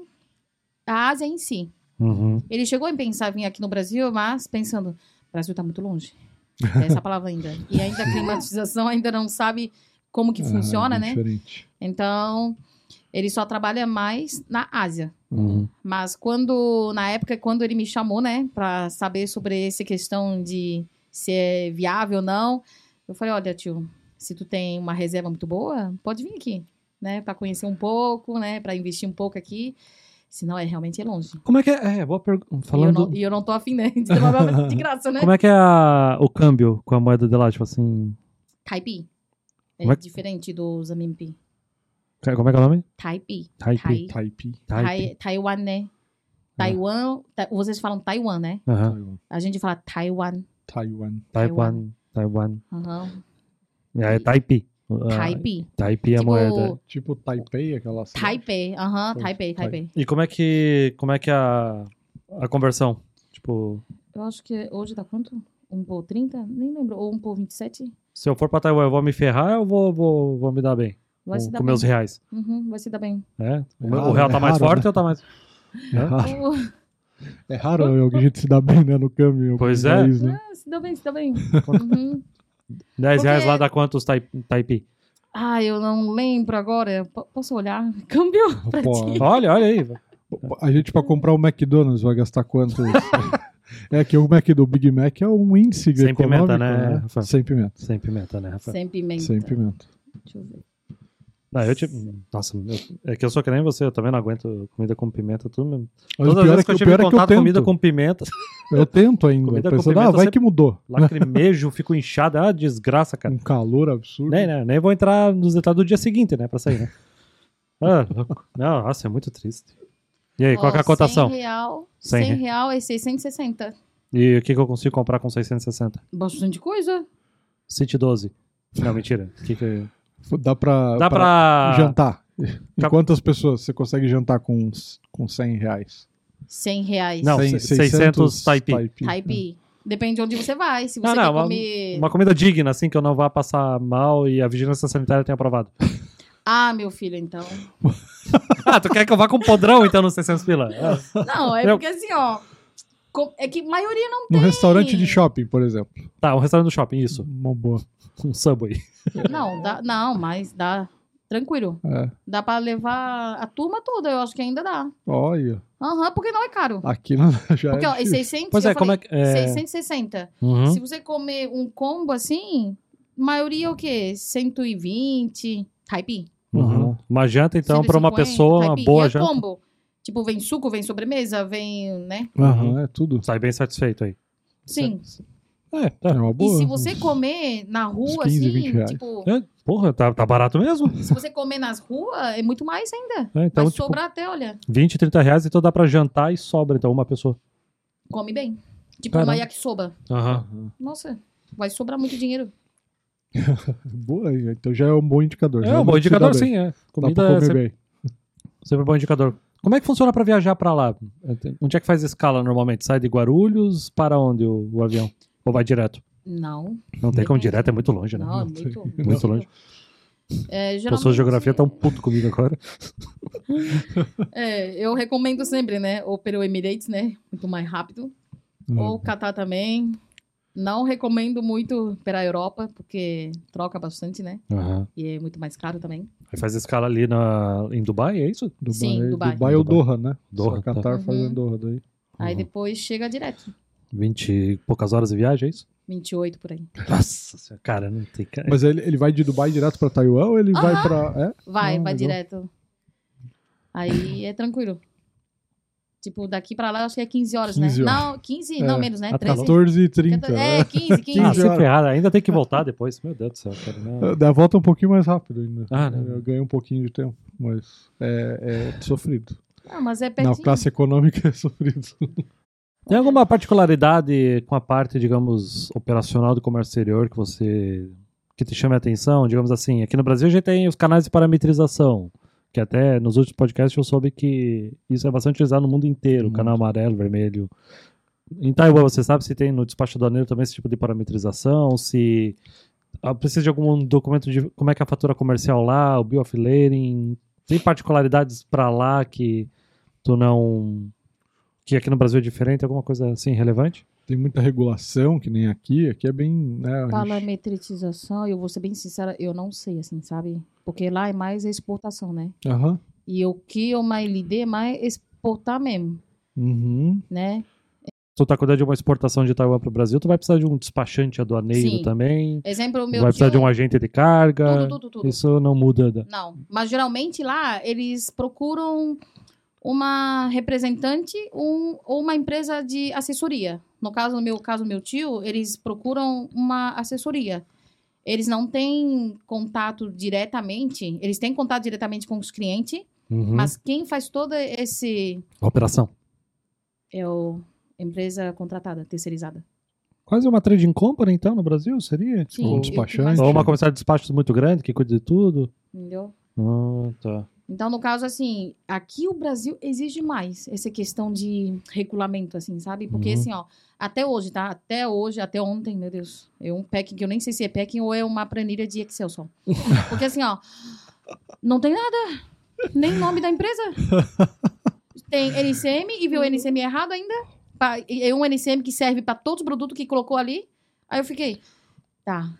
S1: a Ásia em si.
S3: Uhum.
S1: Ele chegou em pensar em vir aqui no Brasil, mas pensando, Brasil tá muito longe. É essa palavra ainda. E ainda a climatização ainda não sabe como que
S2: É,
S1: funciona,
S2: é
S1: né?
S2: Diferente.
S1: Então, ele só trabalha mais na Ásia.
S3: Uhum.
S1: Mas quando, na época, quando ele me chamou, né, pra saber sobre essa questão de se é viável ou não, eu falei: olha, tio, se tu tem uma reserva muito boa, pode vir aqui, né, pra conhecer um pouco, né, pra investir um pouco aqui. Senão é realmente é longe.
S3: Como é que é? É, boa pergunta.
S1: E, eu
S3: Falando.
S1: não, e eu não tô afim, né, [LAUGHS] de trabalhar de graça, né?
S3: Como é que é a- o câmbio com a moeda de lá? Tipo assim.
S1: Taipi. É
S3: Como é que-
S1: diferente dos MMP.
S3: ca- Como é que é o nome?
S1: Taipi.
S3: Taipei.
S1: Tai-
S2: Tipo Taipei.
S3: Taipei.
S1: Tai- Taiwan, né? Taiwan, ta- vocês falam Taiwan, né?
S3: Aham.
S2: Taiwan.
S1: A gente fala Taiwan.
S2: Taiwan.
S3: Taiwan. Taiwan.
S1: Aham.
S3: É Taipei. Ah,
S1: Taipei.
S3: Taipei é a
S1: Tipo,
S3: moeda.
S2: Tipo Taipei, aquela. cidade.
S1: Taipei, aham,
S2: Pois,
S1: Taipei,
S2: Tai-
S1: Taipei.
S3: E como é que. Como é que é a, a conversão? Tipo.
S1: Eu acho que hoje tá quanto? 1 por 30? Nem lembro. Ou 1 por 27?
S3: Se eu for pra Taiwan, eu vou me ferrar ou vou, vou, vou me dar bem?
S1: Vai
S3: com
S1: se dar
S3: com
S1: bem.
S3: meus reais.
S1: Uhum, vai se dar bem.
S3: É? O, meu-
S2: raro,
S3: o real tá
S2: é
S3: mais
S2: raro,
S3: forte ou tá mais.
S2: É
S3: Hã?
S2: raro,
S1: Uhum,
S2: é raro alguém se dar bem né, no câmbio. em algum
S3: Pois é.
S2: país, né?
S1: Ah, se dá bem, se dá
S3: [LAUGHS]
S1: bem. Uhum.
S3: 10
S1: Porque-
S3: reais lá dá quantos tai,
S1: [LAUGHS]
S3: taipi?
S1: Ah, eu não lembro agora. P- posso olhar? [LAUGHS] Câmbio? Ah, pra
S2: Pô,
S1: ti.
S3: Olha, olha aí.
S2: A gente, pra comprar um McDonald's, vai
S3: [LAUGHS]
S2: gastar quanto? é que o Mac do Big Mac é um índice
S3: Sem
S2: econômico,
S3: pimenta, né, Rafa?
S2: Sem pimenta.
S3: Sem pimenta, né, Rafa?
S1: Sem pimenta.
S2: Sem pimenta.
S1: Deixa eu ver.
S3: Não, eu te... Nossa, eu- é que eu sou que nem você, eu também não aguento comida com pimenta. Tudo mesmo. Todas
S2: Mas o
S3: as
S2: pior é
S3: vezes
S2: que,
S3: que
S2: o
S3: eu
S2: pior
S3: tive
S2: é que eu
S3: contato com comida
S2: tento.
S3: com
S2: [LAUGHS]
S3: pimenta,
S2: Eu tento ainda.
S3: Comida com
S2: Pensando, ah,
S3: pimenta
S2: vai
S3: sempre-
S2: que mudou.
S3: lacrimejo, fico inchado, é uma desgraça, cara.
S2: Um calor absurdo.
S3: Nem, né, nem vou entrar nos detalhes do dia seguinte, né, pra sair,
S2: [LAUGHS]
S3: né?
S2: Tá
S3: Ah, louco. não, nossa, é muito triste. E aí, qual que é a cotação?
S1: 100 real,
S3: 100
S1: 100 real é 660.
S3: E o que, que eu consigo comprar com 660?
S1: Bastante coisa.
S3: City 12. Não, mentira. Que que-
S2: É, Dá pra,
S3: Dá
S2: pra
S3: pra. [LAUGHS]
S2: jantar. E quantas pessoas você consegue jantar com, uns- com 100 reais?
S1: 100 reais.
S3: Não,
S2: Cem-
S3: 600 taipi.
S1: Taipi. Depende de onde você vai. Se
S3: Não,
S1: você
S3: não,
S1: quer
S3: uma-
S1: comer...
S3: Uma comida digna, assim, que eu não vá passar mal e a vigilância sanitária tenha aprovado.
S1: Ah, meu filho, então.
S3: [LAUGHS] Ah, tu quer que eu vá com podrão, então, nos 600 pila? Ah,
S1: Não, é
S3: Eu-
S1: porque assim, ó... co- É que a maioria não
S2: Num
S1: tem.
S2: restaurante de shopping, por exemplo.
S3: Tá, um restaurante do shopping, isso.
S2: Uma boa.
S3: Um Subway.
S1: Não, dá, não, mas dá. Tranquilo.
S2: É.
S1: Dá pra levar a turma toda, eu acho que ainda dá.
S2: Olha,
S1: Aham, porque não é caro.
S2: aqui na, [LAUGHS] já
S1: Porque,
S2: é
S1: ó, é
S2: difícil.
S1: 600,
S3: Pois
S1: eu
S3: é, como
S1: falei,
S3: é que- é-
S1: 660.
S3: Uhum.
S1: Se você comer um combo assim, maioria é o quê? 120, taipi.
S3: Uhum. Uma janta, então, pra uma
S1: 150,
S3: pessoa, uma
S1: taipi. e
S3: boa
S1: é
S3: janta.
S1: combo. Tipo, vem suco, vem sobremesa, vem, né?
S2: Aham, é tudo.
S3: Sai bem satisfeito aí.
S1: Sim.
S3: É,
S2: É
S3: tá.
S2: uma boa.
S1: E se você comer na rua,
S2: 15, 20
S1: assim,
S2: reais.
S1: tipo,
S3: É, porra, tá, tá barato mesmo.
S1: se você comer nas ruas, é muito mais ainda.
S3: É, então,
S1: Vai
S3: tipo,
S1: sobrar até, olha,
S3: 20, 30 reais, então dá pra jantar e sobra, então, uma pessoa.
S1: come bem. Tipo,
S3: Caramba.
S1: uma yakisoba.
S3: Aham.
S1: Nossa, vai sobrar muito dinheiro.
S2: [LAUGHS] Boa, então já é um bom indicador. já
S3: É um bom indicador,
S2: aí.
S3: sim, é.
S2: Dá
S3: Comida
S2: pra
S3: é
S2: comer
S3: sempre,
S2: bem.
S3: sempre bom indicador. Como é que funciona pra viajar pra lá? Onde é que faz escala normalmente? Sai de Guarulhos para onde o, o avião? Ou vai direto?
S1: Não,
S3: Não tem como
S1: Depende.
S3: direto, é muito longe, né?
S1: não, é
S3: As
S1: muito,
S3: Muito longe.
S1: É,
S3: Pessoas de
S1: geralmente-
S3: geografia tá um tão puto comigo agora.
S1: É, eu recomendo sempre, né? Ou pelo Emirates, né? Muito mais rápido. Ou Qatar também. Não recomendo muito pela Europa, porque troca bastante, né?
S2: Uhum.
S3: Aham.
S1: E é muito mais caro também.
S3: Aí faz escala ali na, em Dubai, é isso?
S2: Dubai,
S1: Sim, Dubai.
S2: Dubai ou
S3: Dubai.
S2: Doha, né?
S3: Doha,
S2: Só
S3: tá.
S2: Qatar
S1: Uhum.
S2: fazendo Doha daí.
S1: Aí
S3: Uhum.
S1: depois chega direto.
S3: 20 e poucas horas de viagem, é isso?
S1: 28 por aí.
S3: Nossa, senhora, cara, não tem Ah, cara.
S2: Mas ele, ele vai de Dubai direto pra Taiwan ou ele vai pra. É?
S1: Vai,
S2: Ah,
S1: vai
S2: legal.
S1: direto. Aí é tranquilo. Tipo, daqui pra lá eu acho que é 15 horas,
S2: 15
S1: né?
S2: horas.
S1: Não, 15, não,
S2: É.
S1: menos, né?
S3: Ah, tá
S1: 13.
S2: 14 e 30.
S1: É, 15, 15.
S3: Ah, se
S2: horas.
S3: ferrar, ainda tem que voltar depois. Meu Deus do céu, cara. não.
S2: Dá a volta um pouquinho mais rápido ainda.
S3: Ah, não.
S2: Eu ganho um pouquinho de tempo, mas é, é sofrido.
S1: Ah, mas é
S2: Na
S1: pertinho.
S2: classe econômica [LAUGHS] é sofrido.
S3: Tem alguma particularidade com a parte, digamos, operacional do comércio exterior que você que te chame a atenção? Digamos assim, aqui no Brasil a gente tem os canais de parametrização, que até nos últimos podcasts eu soube que isso é bastante utilizado no mundo inteiro,
S2: Muito.
S3: canal amarelo, vermelho. Em Taiwan, você sabe se tem no despacho aduaneiro também esse tipo de parametrização, se ah, precisa de algum documento de como é que é a fatura comercial lá, o bill of lading, tem particularidades para lá que tu não que aqui no Brasil é diferente, alguma coisa assim relevante?
S2: Tem muita regulação, que nem aqui. Aqui é bem. Né, a gente-
S1: Parametrização, eu vou ser bem sincera, eu não sei, assim, sabe? Porque lá é mais exportação, né?
S2: Aham.
S1: E o que eu mais lidei é mais exportar mesmo,
S2: Uhum.
S1: né?
S3: Tu tá cuidando de uma exportação de Taiwan pro Brasil, tu vai precisar de um despachante aduaneiro
S1: Sim.
S3: também,
S1: Exemplo, o meu
S3: vai
S1: tio...
S3: precisar de um agente de
S1: Tudo,
S3: carga.
S1: tudo, tudo.
S3: Isso não muda. da-
S1: Não, mas geralmente lá eles procuram uma representante um, ou uma empresa de assessoria. No caso, no meu caso, meu tio, eles procuram uma assessoria. Eles não têm contato diretamente, eles têm contato diretamente com os clientes,
S3: Uhum.
S1: Mas quem faz todo esse
S3: Operação.
S1: é o empresa contratada, terceirizada.
S3: Quase uma trading
S2: né,
S3: company, então, no Brasil, seria?
S1: Sim,
S2: Um
S1: eu-
S2: despachante.
S3: Ou uma
S2: Sim.
S3: comissária de despachos muito grande que cuida de tudo.
S1: Entendeu?
S3: Ah, tá.
S1: Então, no caso, assim, aqui o Brasil exige mais essa questão de regulamento, assim, sabe? Porque,
S3: Uhum.
S1: assim, ó, até hoje, tá? Até hoje, até ontem, meu Deus, é um pack que eu nem sei se é pack ou é uma planilha de Excel só. Porque, assim, ó, não tem nada, nem nome da empresa. Tem NCM e viu o NCM errado ainda. Pa- e É um NCM que serve para todos os produtos que colocou ali. Aí eu fiquei, tá.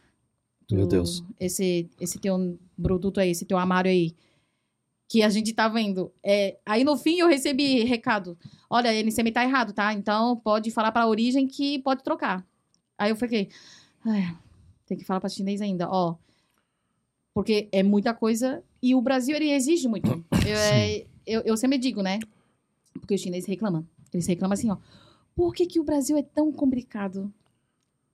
S3: Meu
S1: tu-
S3: Deus.
S1: Esse, esse teu produto aí, esse teu armário aí, que a gente tá vendo. É, aí no fim eu recebi recado. Olha, NCM tá errado, tá? Então pode falar pra origem que pode trocar. Aí eu fiquei, ai, tem que falar pra chinês ainda, ó. Porque é muita coisa e o Brasil ele exige
S3: [COUGHS]
S1: muito. Eu, é, eu, eu sempre digo, né? Porque os chineses reclamam. Eles reclamam assim, ó. Por que, que o Brasil é tão complicado?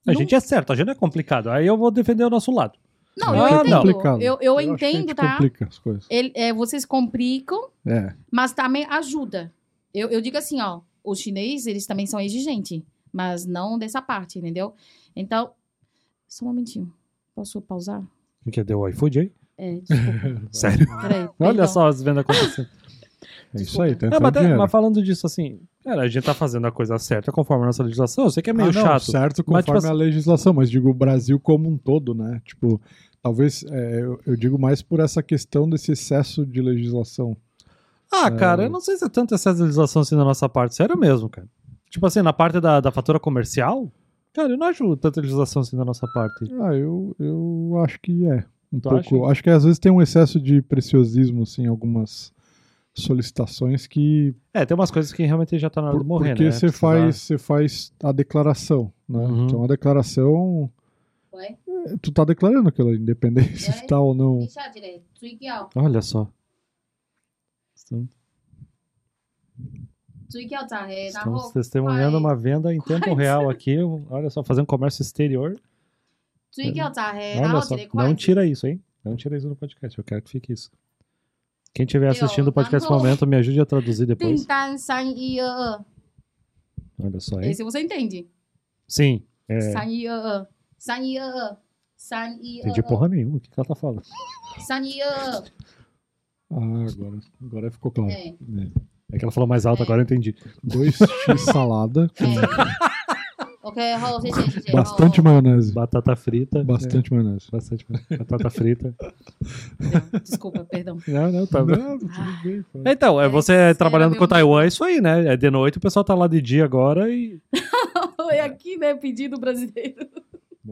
S3: A gente é certo, a gente é complicado. Aí eu vou defender o nosso lado.
S1: Não,
S3: Ah,
S1: eu
S3: não.
S1: entendo.
S2: Complicado.
S1: Eu, eu
S2: acho que é a
S1: entendo,
S2: gente
S1: tá?
S2: complica as coisas.
S1: Ele- é, vocês complicam,
S2: É.
S1: mas também ajuda. Eu, eu digo assim, ó, os chineses, eles também são exigentes, mas não dessa parte, entendeu? Então, só um momentinho. Posso pausar?
S3: Que deu o iFood aí?
S1: É,
S3: [LAUGHS]
S1: desculpa.
S3: Sério?
S1: Peraí.
S3: Olha
S1: perdão.
S3: só as vendas [LAUGHS] acontecendo.
S2: É isso aí,
S3: É,
S2: tentando
S3: mas, até-
S2: dinheiro.
S3: mas falando disso, assim, cara, a gente tá fazendo a coisa certa conforme a nossa legislação. Eu sei que é meio
S2: Ah, não,
S3: chato.
S2: Certo,
S3: Mas,
S2: conforme
S3: tipo
S2: a legislação, mas digo o Brasil como um todo, né? Tipo, talvez é, eu, eu digo mais por essa questão desse excesso de legislação.
S3: Ah, cara, eu não sei se é tanto essa legislação assim da nossa parte. Sério mesmo, cara. Tipo assim, na parte da, da fatura comercial, cara, eu não acho tanta legislação assim da nossa parte.
S2: Ah, eu, eu acho que é. Um
S3: Tu
S2: pouco.
S3: acha?
S2: Acho que às vezes tem um excesso de preciosismo, assim, em algumas solicitações que.
S3: É, tem umas coisas que realmente já tá na hora
S2: por-
S3: de morrer,
S2: porque
S3: né?
S2: você
S3: Precisar-
S2: faz, você faz a declaração, né?
S3: Uhum.
S2: Então a declaração.
S1: Ué?
S2: eh, Tu tá declarando aquela independência, se
S1: É.
S2: tá ou
S3: Hum.
S2: não.
S1: Deixa direito. Zuikiao.
S3: Olha só. Estamos,
S1: Zuikiao tá, é, tá
S3: estamos
S1: bom?
S3: testemunhando
S1: Quais?
S3: uma venda em tempo
S1: Quais?
S3: real aqui. Olha só, fazendo comércio exterior.
S1: Zuikiao tá, é, tá
S3: Olha
S1: bom
S3: só,
S1: direito,
S3: não
S1: quais?
S3: tira isso, hein? Não tira isso no podcast. Eu quero que fique isso. Quem estiver
S1: Eu,
S3: assistindo o podcast nesse
S1: amor.
S3: momento, me ajude a traduzir depois.
S1: Tentan, san, i, uh, uh.
S3: Olha só, hein?
S1: Esse você entende.
S3: Sim. É,
S1: San, i, uh, uh. San, i, uh, uh. San, i, uh,
S3: entendi
S1: uh.
S3: porra nenhuma o que que ela tá falando.
S1: San, i, uh, uh.
S2: Ah, agora, agora ficou
S3: Hum.
S2: claro.
S1: É.
S3: É que ela falou mais alto, agora eu entendi.
S2: Dois x salada
S1: É. ok, Rô, você, você, você,
S2: Bastante
S1: Rô.
S2: maionese.
S3: Batata frita.
S2: Bastante maionese.
S3: É, bastante batata frita.
S1: Desculpa, [LAUGHS] perdão.
S3: [LAUGHS] Não, não, tá
S2: Não,
S1: Ah.
S2: tudo bem, pô.
S3: Então, é
S1: É,
S3: você
S1: será
S3: trabalhando com
S1: mesmo?
S3: Taiwan, é isso aí, né? É de noite, o pessoal tá lá de dia agora e.
S1: É aqui, né? Pedido brasileiro.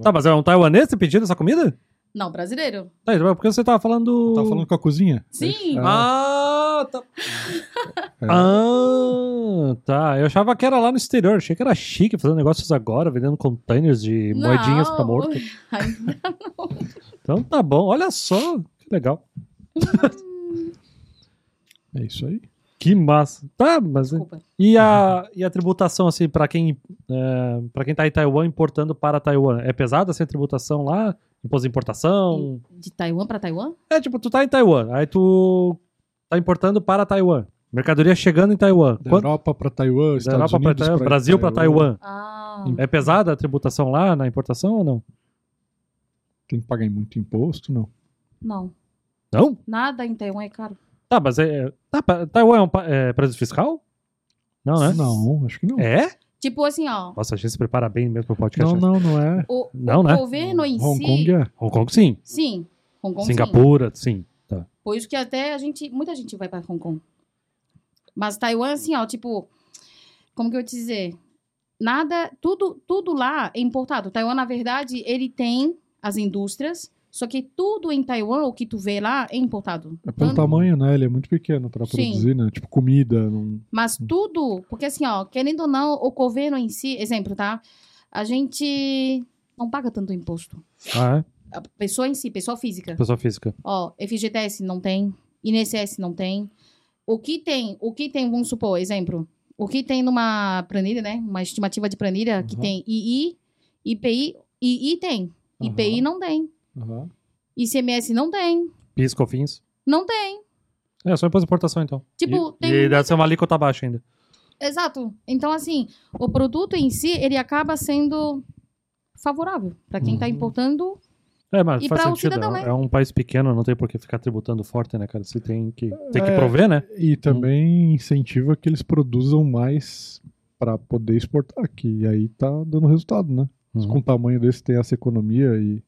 S3: Tá, mas é um taiwanês que pedindo essa comida?
S1: Não, brasileiro?
S3: Tá, então é porque você tava falando.
S2: Tá falando com a cozinha?
S1: Sim.
S3: Ah, [LAUGHS] tá. É. Ah, tá. Eu achava que era lá no exterior. Achei que era chique fazendo negócios agora, vendendo containers de
S1: Não.
S3: moedinhas pra morto.
S1: Ainda não.
S3: Então tá bom, olha só. Que legal.
S2: É isso aí.
S3: Que massa. Tá, mas.
S1: Desculpa.
S3: E a, e a tributação, assim, pra quem, é, pra quem tá em Taiwan importando para Taiwan, é pesada essa tributação lá? Imposto de importação?
S1: De Taiwan pra Taiwan?
S3: É, tipo, tu tá em Taiwan, aí tu tá importando para Taiwan. Mercadoria chegando em Taiwan.
S2: Da
S3: Quanto-
S2: Europa pra Taiwan,
S3: da
S2: Estados
S3: Europa pra
S2: Unidos
S3: Taiwan, Brasil para Taiwan.
S1: Ah.
S3: É pesada a tributação lá na importação ou não?
S2: Tem que pagar muito imposto, não.
S1: Não.
S3: Não?
S1: Nada em Taiwan é caro.
S3: Tá, mas é. Tá, pa- Taiwan é um pa- é, paraíso fiscal? Não, é?
S2: Não, acho que não.
S3: É?
S1: Tipo assim, ó.
S3: Nossa, a gente se prepara bem mesmo pro podcast.
S2: Não, não, não é.
S1: O,
S3: Não,
S1: o
S3: né?
S1: governo em
S2: Hong
S1: si.
S2: Kong é.
S3: Hong Kong, sim.
S1: Sim. Hong Kong sim.
S3: Singapura, sim.
S1: Por isso que até a gente. Muita gente vai pra Hong Kong. Mas Taiwan, assim, ó, tipo. Como que eu ia te dizer? Nada. Tudo, tudo lá é importado. Taiwan, na verdade, ele tem as indústrias. Só que tudo em Taiwan, o que tu vê lá, é importado.
S2: É pelo
S1: Tanto-
S2: tamanho, né? Ele é muito pequeno pra
S1: Sim.
S2: produzir, né? Tipo comida. Não...
S1: Mas tudo, porque assim, ó, querendo ou não, o governo em si, exemplo, tá? A gente não paga tanto imposto.
S3: Ah,
S1: A pessoa em si, pessoa
S3: é?
S1: física.
S3: Pessoa física.
S1: Ó, FGTS não tem, INSS não tem. O que tem, o que tem, vamos supor, exemplo, o que tem numa planilha, né? Uma estimativa de planilha que
S2: Uhum.
S1: tem II, IPI, II tem.
S2: Aham.
S1: IPI não tem.
S2: Aham.
S1: ICMS não tem.
S3: PIS, COFINS.
S1: Não tem.
S3: É, só imposto de importação, então.
S1: Tipo,
S3: e,
S1: tem
S3: E
S1: muita-
S3: deve ser uma alíquota baixa ainda.
S1: Exato. Então, assim, o produto em si, ele acaba sendo favorável para quem está
S2: Uhum.
S1: importando.
S3: É, mas
S1: E
S3: faz
S1: pra um
S3: sentido.
S1: cidadão,
S3: é,
S1: né?
S3: é um país pequeno, não tem por que ficar tributando forte, né, cara? Você tem que, tem que
S2: É.
S3: prover, né?
S2: E também incentiva que eles produzam mais pra poder exportar, que aí tá dando resultado, né?
S3: Uhum.
S2: com um tamanho desse tem essa economia e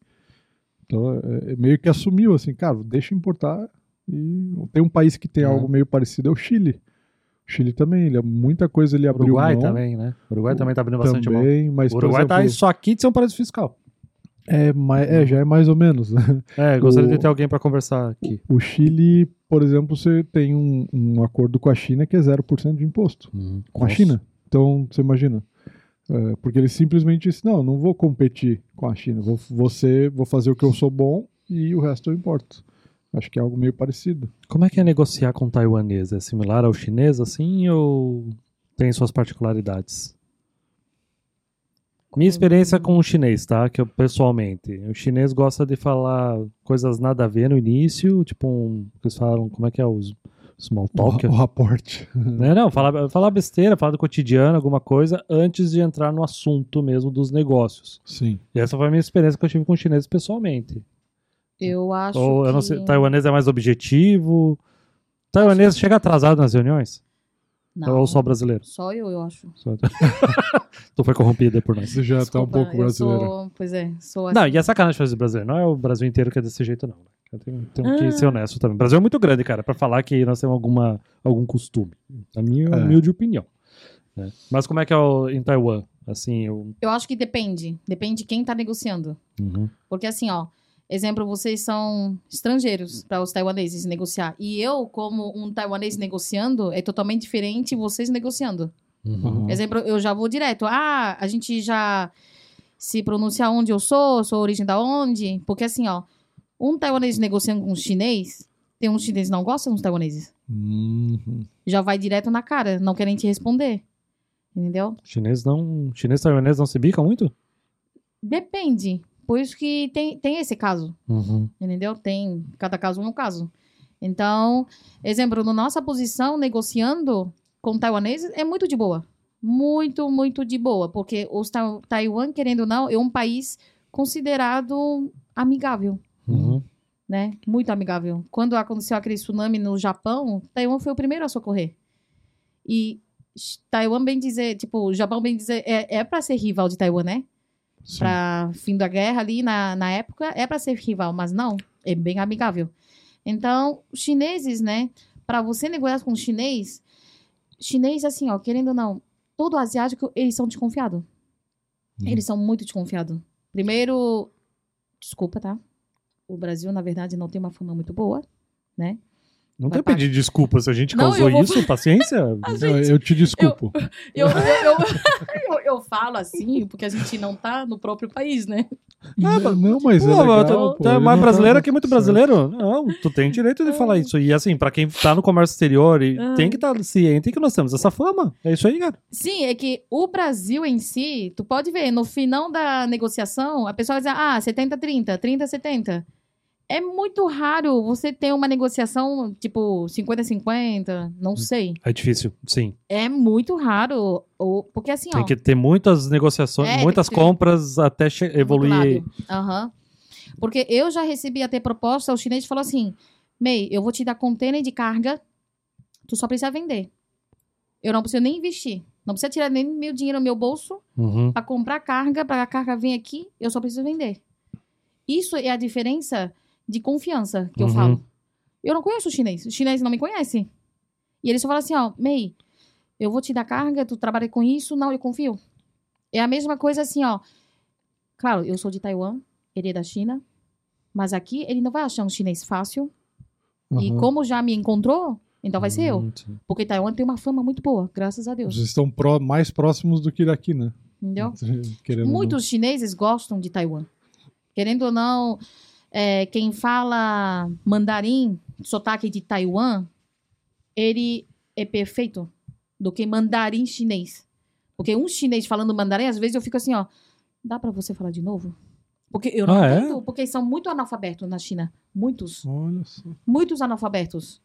S2: então é, é meio que assumiu assim, cara, deixa importar e tem um país que tem
S3: É.
S2: algo meio parecido é o Chile. O Chile também, ele é muita coisa ele abriu
S3: Uruguai
S2: mão,
S3: também, né? Uruguai também tá abrindo bastante mão.
S2: também, mas
S3: O
S2: por
S3: Uruguai tá Uhum.
S2: exemplo,
S3: isso aqui de ser um paraíso fiscal.
S2: é, mai- é, já é mais ou menos. né?
S3: É, eu gostaria
S2: O-
S3: de ter alguém pra conversar aqui.
S2: O Chile, por exemplo, você tem um, um acordo com a China que é 0% de imposto com a China. Então, você imagina. É, porque ele simplesmente disse, não, eu não vou competir com a China, vou, você, vou fazer o que eu sou bom e o resto eu importo. Acho que é algo meio parecido.
S3: Como é que é negociar com o taiwanês? É similar ao chinês, assim, ou tem suas particularidades? Minha experiência com o chinês, tá? Que eu, pessoalmente, o chinês gosta de falar coisas nada a ver no início, tipo, um, eles falaram, como é que é os small
S2: [LAUGHS]
S3: talk?
S2: O, o raporte.
S3: Né? Não, falar, falar besteira, falar do cotidiano, alguma coisa, antes de entrar no assunto mesmo dos negócios.
S2: Sim.
S3: E essa foi a minha experiência que eu tive com o chinês pessoalmente.
S1: Eu acho
S3: Ou eu não
S1: que-
S3: sei, taiwanês é mais objetivo. Taiwanês chega atrasado nas reuniões?
S1: Não,
S3: Ou só brasileiro?
S1: só eu, eu acho.
S3: Só- tu foi corrompida por nós.
S2: Você já está um
S1: Desculpa,
S2: pouco
S1: eu
S2: brasileiro.
S1: Sou, pois é, sou assim.
S3: Não, e é sacanagem fazer brasileiro. Não é o Brasil inteiro que é desse jeito, não. Tem, que
S1: Ah.
S3: ser honesto também. O Brasil é muito grande, cara, pra falar que nós temos alguma, algum costume. Na minha
S2: É.
S3: humilde opinião. né? Mas como é que é o, em Taiwan? Assim, eu...
S1: Eu acho que depende. Depende de quem tá negociando.
S2: Uhum.
S1: Porque assim, ó, exemplo, vocês são estrangeiros para os taiwaneses negociar. E eu, como um taiwanês negociando, é totalmente diferente vocês negociando.
S2: Uhum.
S1: Exemplo, eu já vou direto. Ah, a gente já se pronuncia onde eu sou, sou origem da onde. Porque assim, ó, um taiwanês negociando com um chinês, tem uns chineses que não gostam dos taiwaneses.
S2: Uhum.
S1: Já vai direto na cara, não querem te responder. Entendeu?
S3: Chinês não. Chinês e taiwanês não se bica muito?
S1: Depende. Por isso que tem, tem esse caso.
S2: Uhum.
S1: Entendeu? Tem cada caso é um caso. Então, exemplo, na nossa posição negociando com taiwaneses é muito de boa. Muito, muito de boa, porque os tai- Taiwan, querendo ou não, é um país considerado amigável,
S3: Uhum.
S1: né? Muito amigável. Quando aconteceu aquele tsunami no Japão, Taiwan foi o primeiro a socorrer. E sh- Taiwan bem dizer, tipo, o Japão bem dizer, é, é para ser rival de Taiwan, né?
S2: Sim.
S1: para fim da guerra ali na, na época é para ser rival, mas não, é bem amigável. Então, os chineses, né, para você negociar com o chinês, chinês assim, ó, querendo ou não, todo asiático, eles são desconfiados.
S2: Hum.
S1: Eles são muito desconfiados. Primeiro, desculpa, tá? O Brasil, na verdade, não tem uma fama muito boa, né?
S3: Não
S1: Vai
S3: tem que pedir desculpa se a gente
S1: Não, eu
S3: causou
S1: vou- [LAUGHS]
S3: isso, paciência.
S2: Eu, eu te desculpo.
S1: Eu, [LAUGHS] eu, eu, eu, eu falo assim porque a gente não tá no próprio país, né?
S2: Não,
S3: mas-
S2: não, mas é
S3: tipo, Pô, mas
S2: legal,
S3: tu-
S2: pô,
S3: tu é
S2: ele
S3: mais
S2: não
S3: brasileiro
S2: tá-
S3: que muito brasileiro? Não, tu tem direito
S1: [LAUGHS]
S3: de falar isso. E assim, pra quem tá no comércio exterior, e
S1: É. Ah.
S3: tem que estar ciente que nós temos essa fama. É isso aí, cara.
S1: Sim, é que o Brasil em si, tu pode ver, no final da negociação, a pessoa vai dizer, ah, 70-30, 30-70. É muito raro você ter uma negociação, tipo, 50-50, não sei.
S3: É difícil, sim.
S1: É muito raro, ou, porque assim,
S3: Tem
S1: ó...
S3: que ter muitas negociações,
S1: É, tem
S3: muitas
S1: que ter-
S3: compras até che-
S1: Claro.
S3: evoluir.
S1: Aham. Porque eu já recebi até proposta, o chinês falou assim: Mei, eu vou te dar container de carga, tu só precisa vender. Eu não preciso nem investir. Não precisa tirar nem meu dinheiro do meu bolso
S3: Uhum.
S1: para comprar carga, para a carga vir aqui, eu só preciso vender. Isso é a diferença de confiança que eu
S3: Uhum.
S1: falo. Eu não conheço o chinês, o chinês não me conhece. E ele só fala assim, ó, Mei, eu vou te dar carga, tu trabalha com isso, não, eu confio. É a mesma coisa assim, ó. Claro, eu sou de Taiwan, ele é da China, mas aqui ele não vai achar um chinês fácil. E
S2: Aham.
S1: como já me encontrou, então vai ser eu.
S3: Hum, sim.
S1: Porque Taiwan tem uma fama muito boa, graças a Deus.
S2: Vocês estão pró- mais próximos do que daqui, né?
S1: Entendeu?
S2: [LAUGHS] Querendo ou não.
S1: Muitos chineses gostam de Taiwan. Querendo ou não, é, quem fala mandarim, sotaque de Taiwan, ele é perfeito do que mandarim chinês. Porque um chinês falando mandarim, às vezes eu fico assim, ó, dá pra você falar de novo? Porque eu não
S3: Ah, é?
S1: entendo, porque são muito analfabetos na China. Muitos
S2: Olha só.
S1: muitos analfabetos.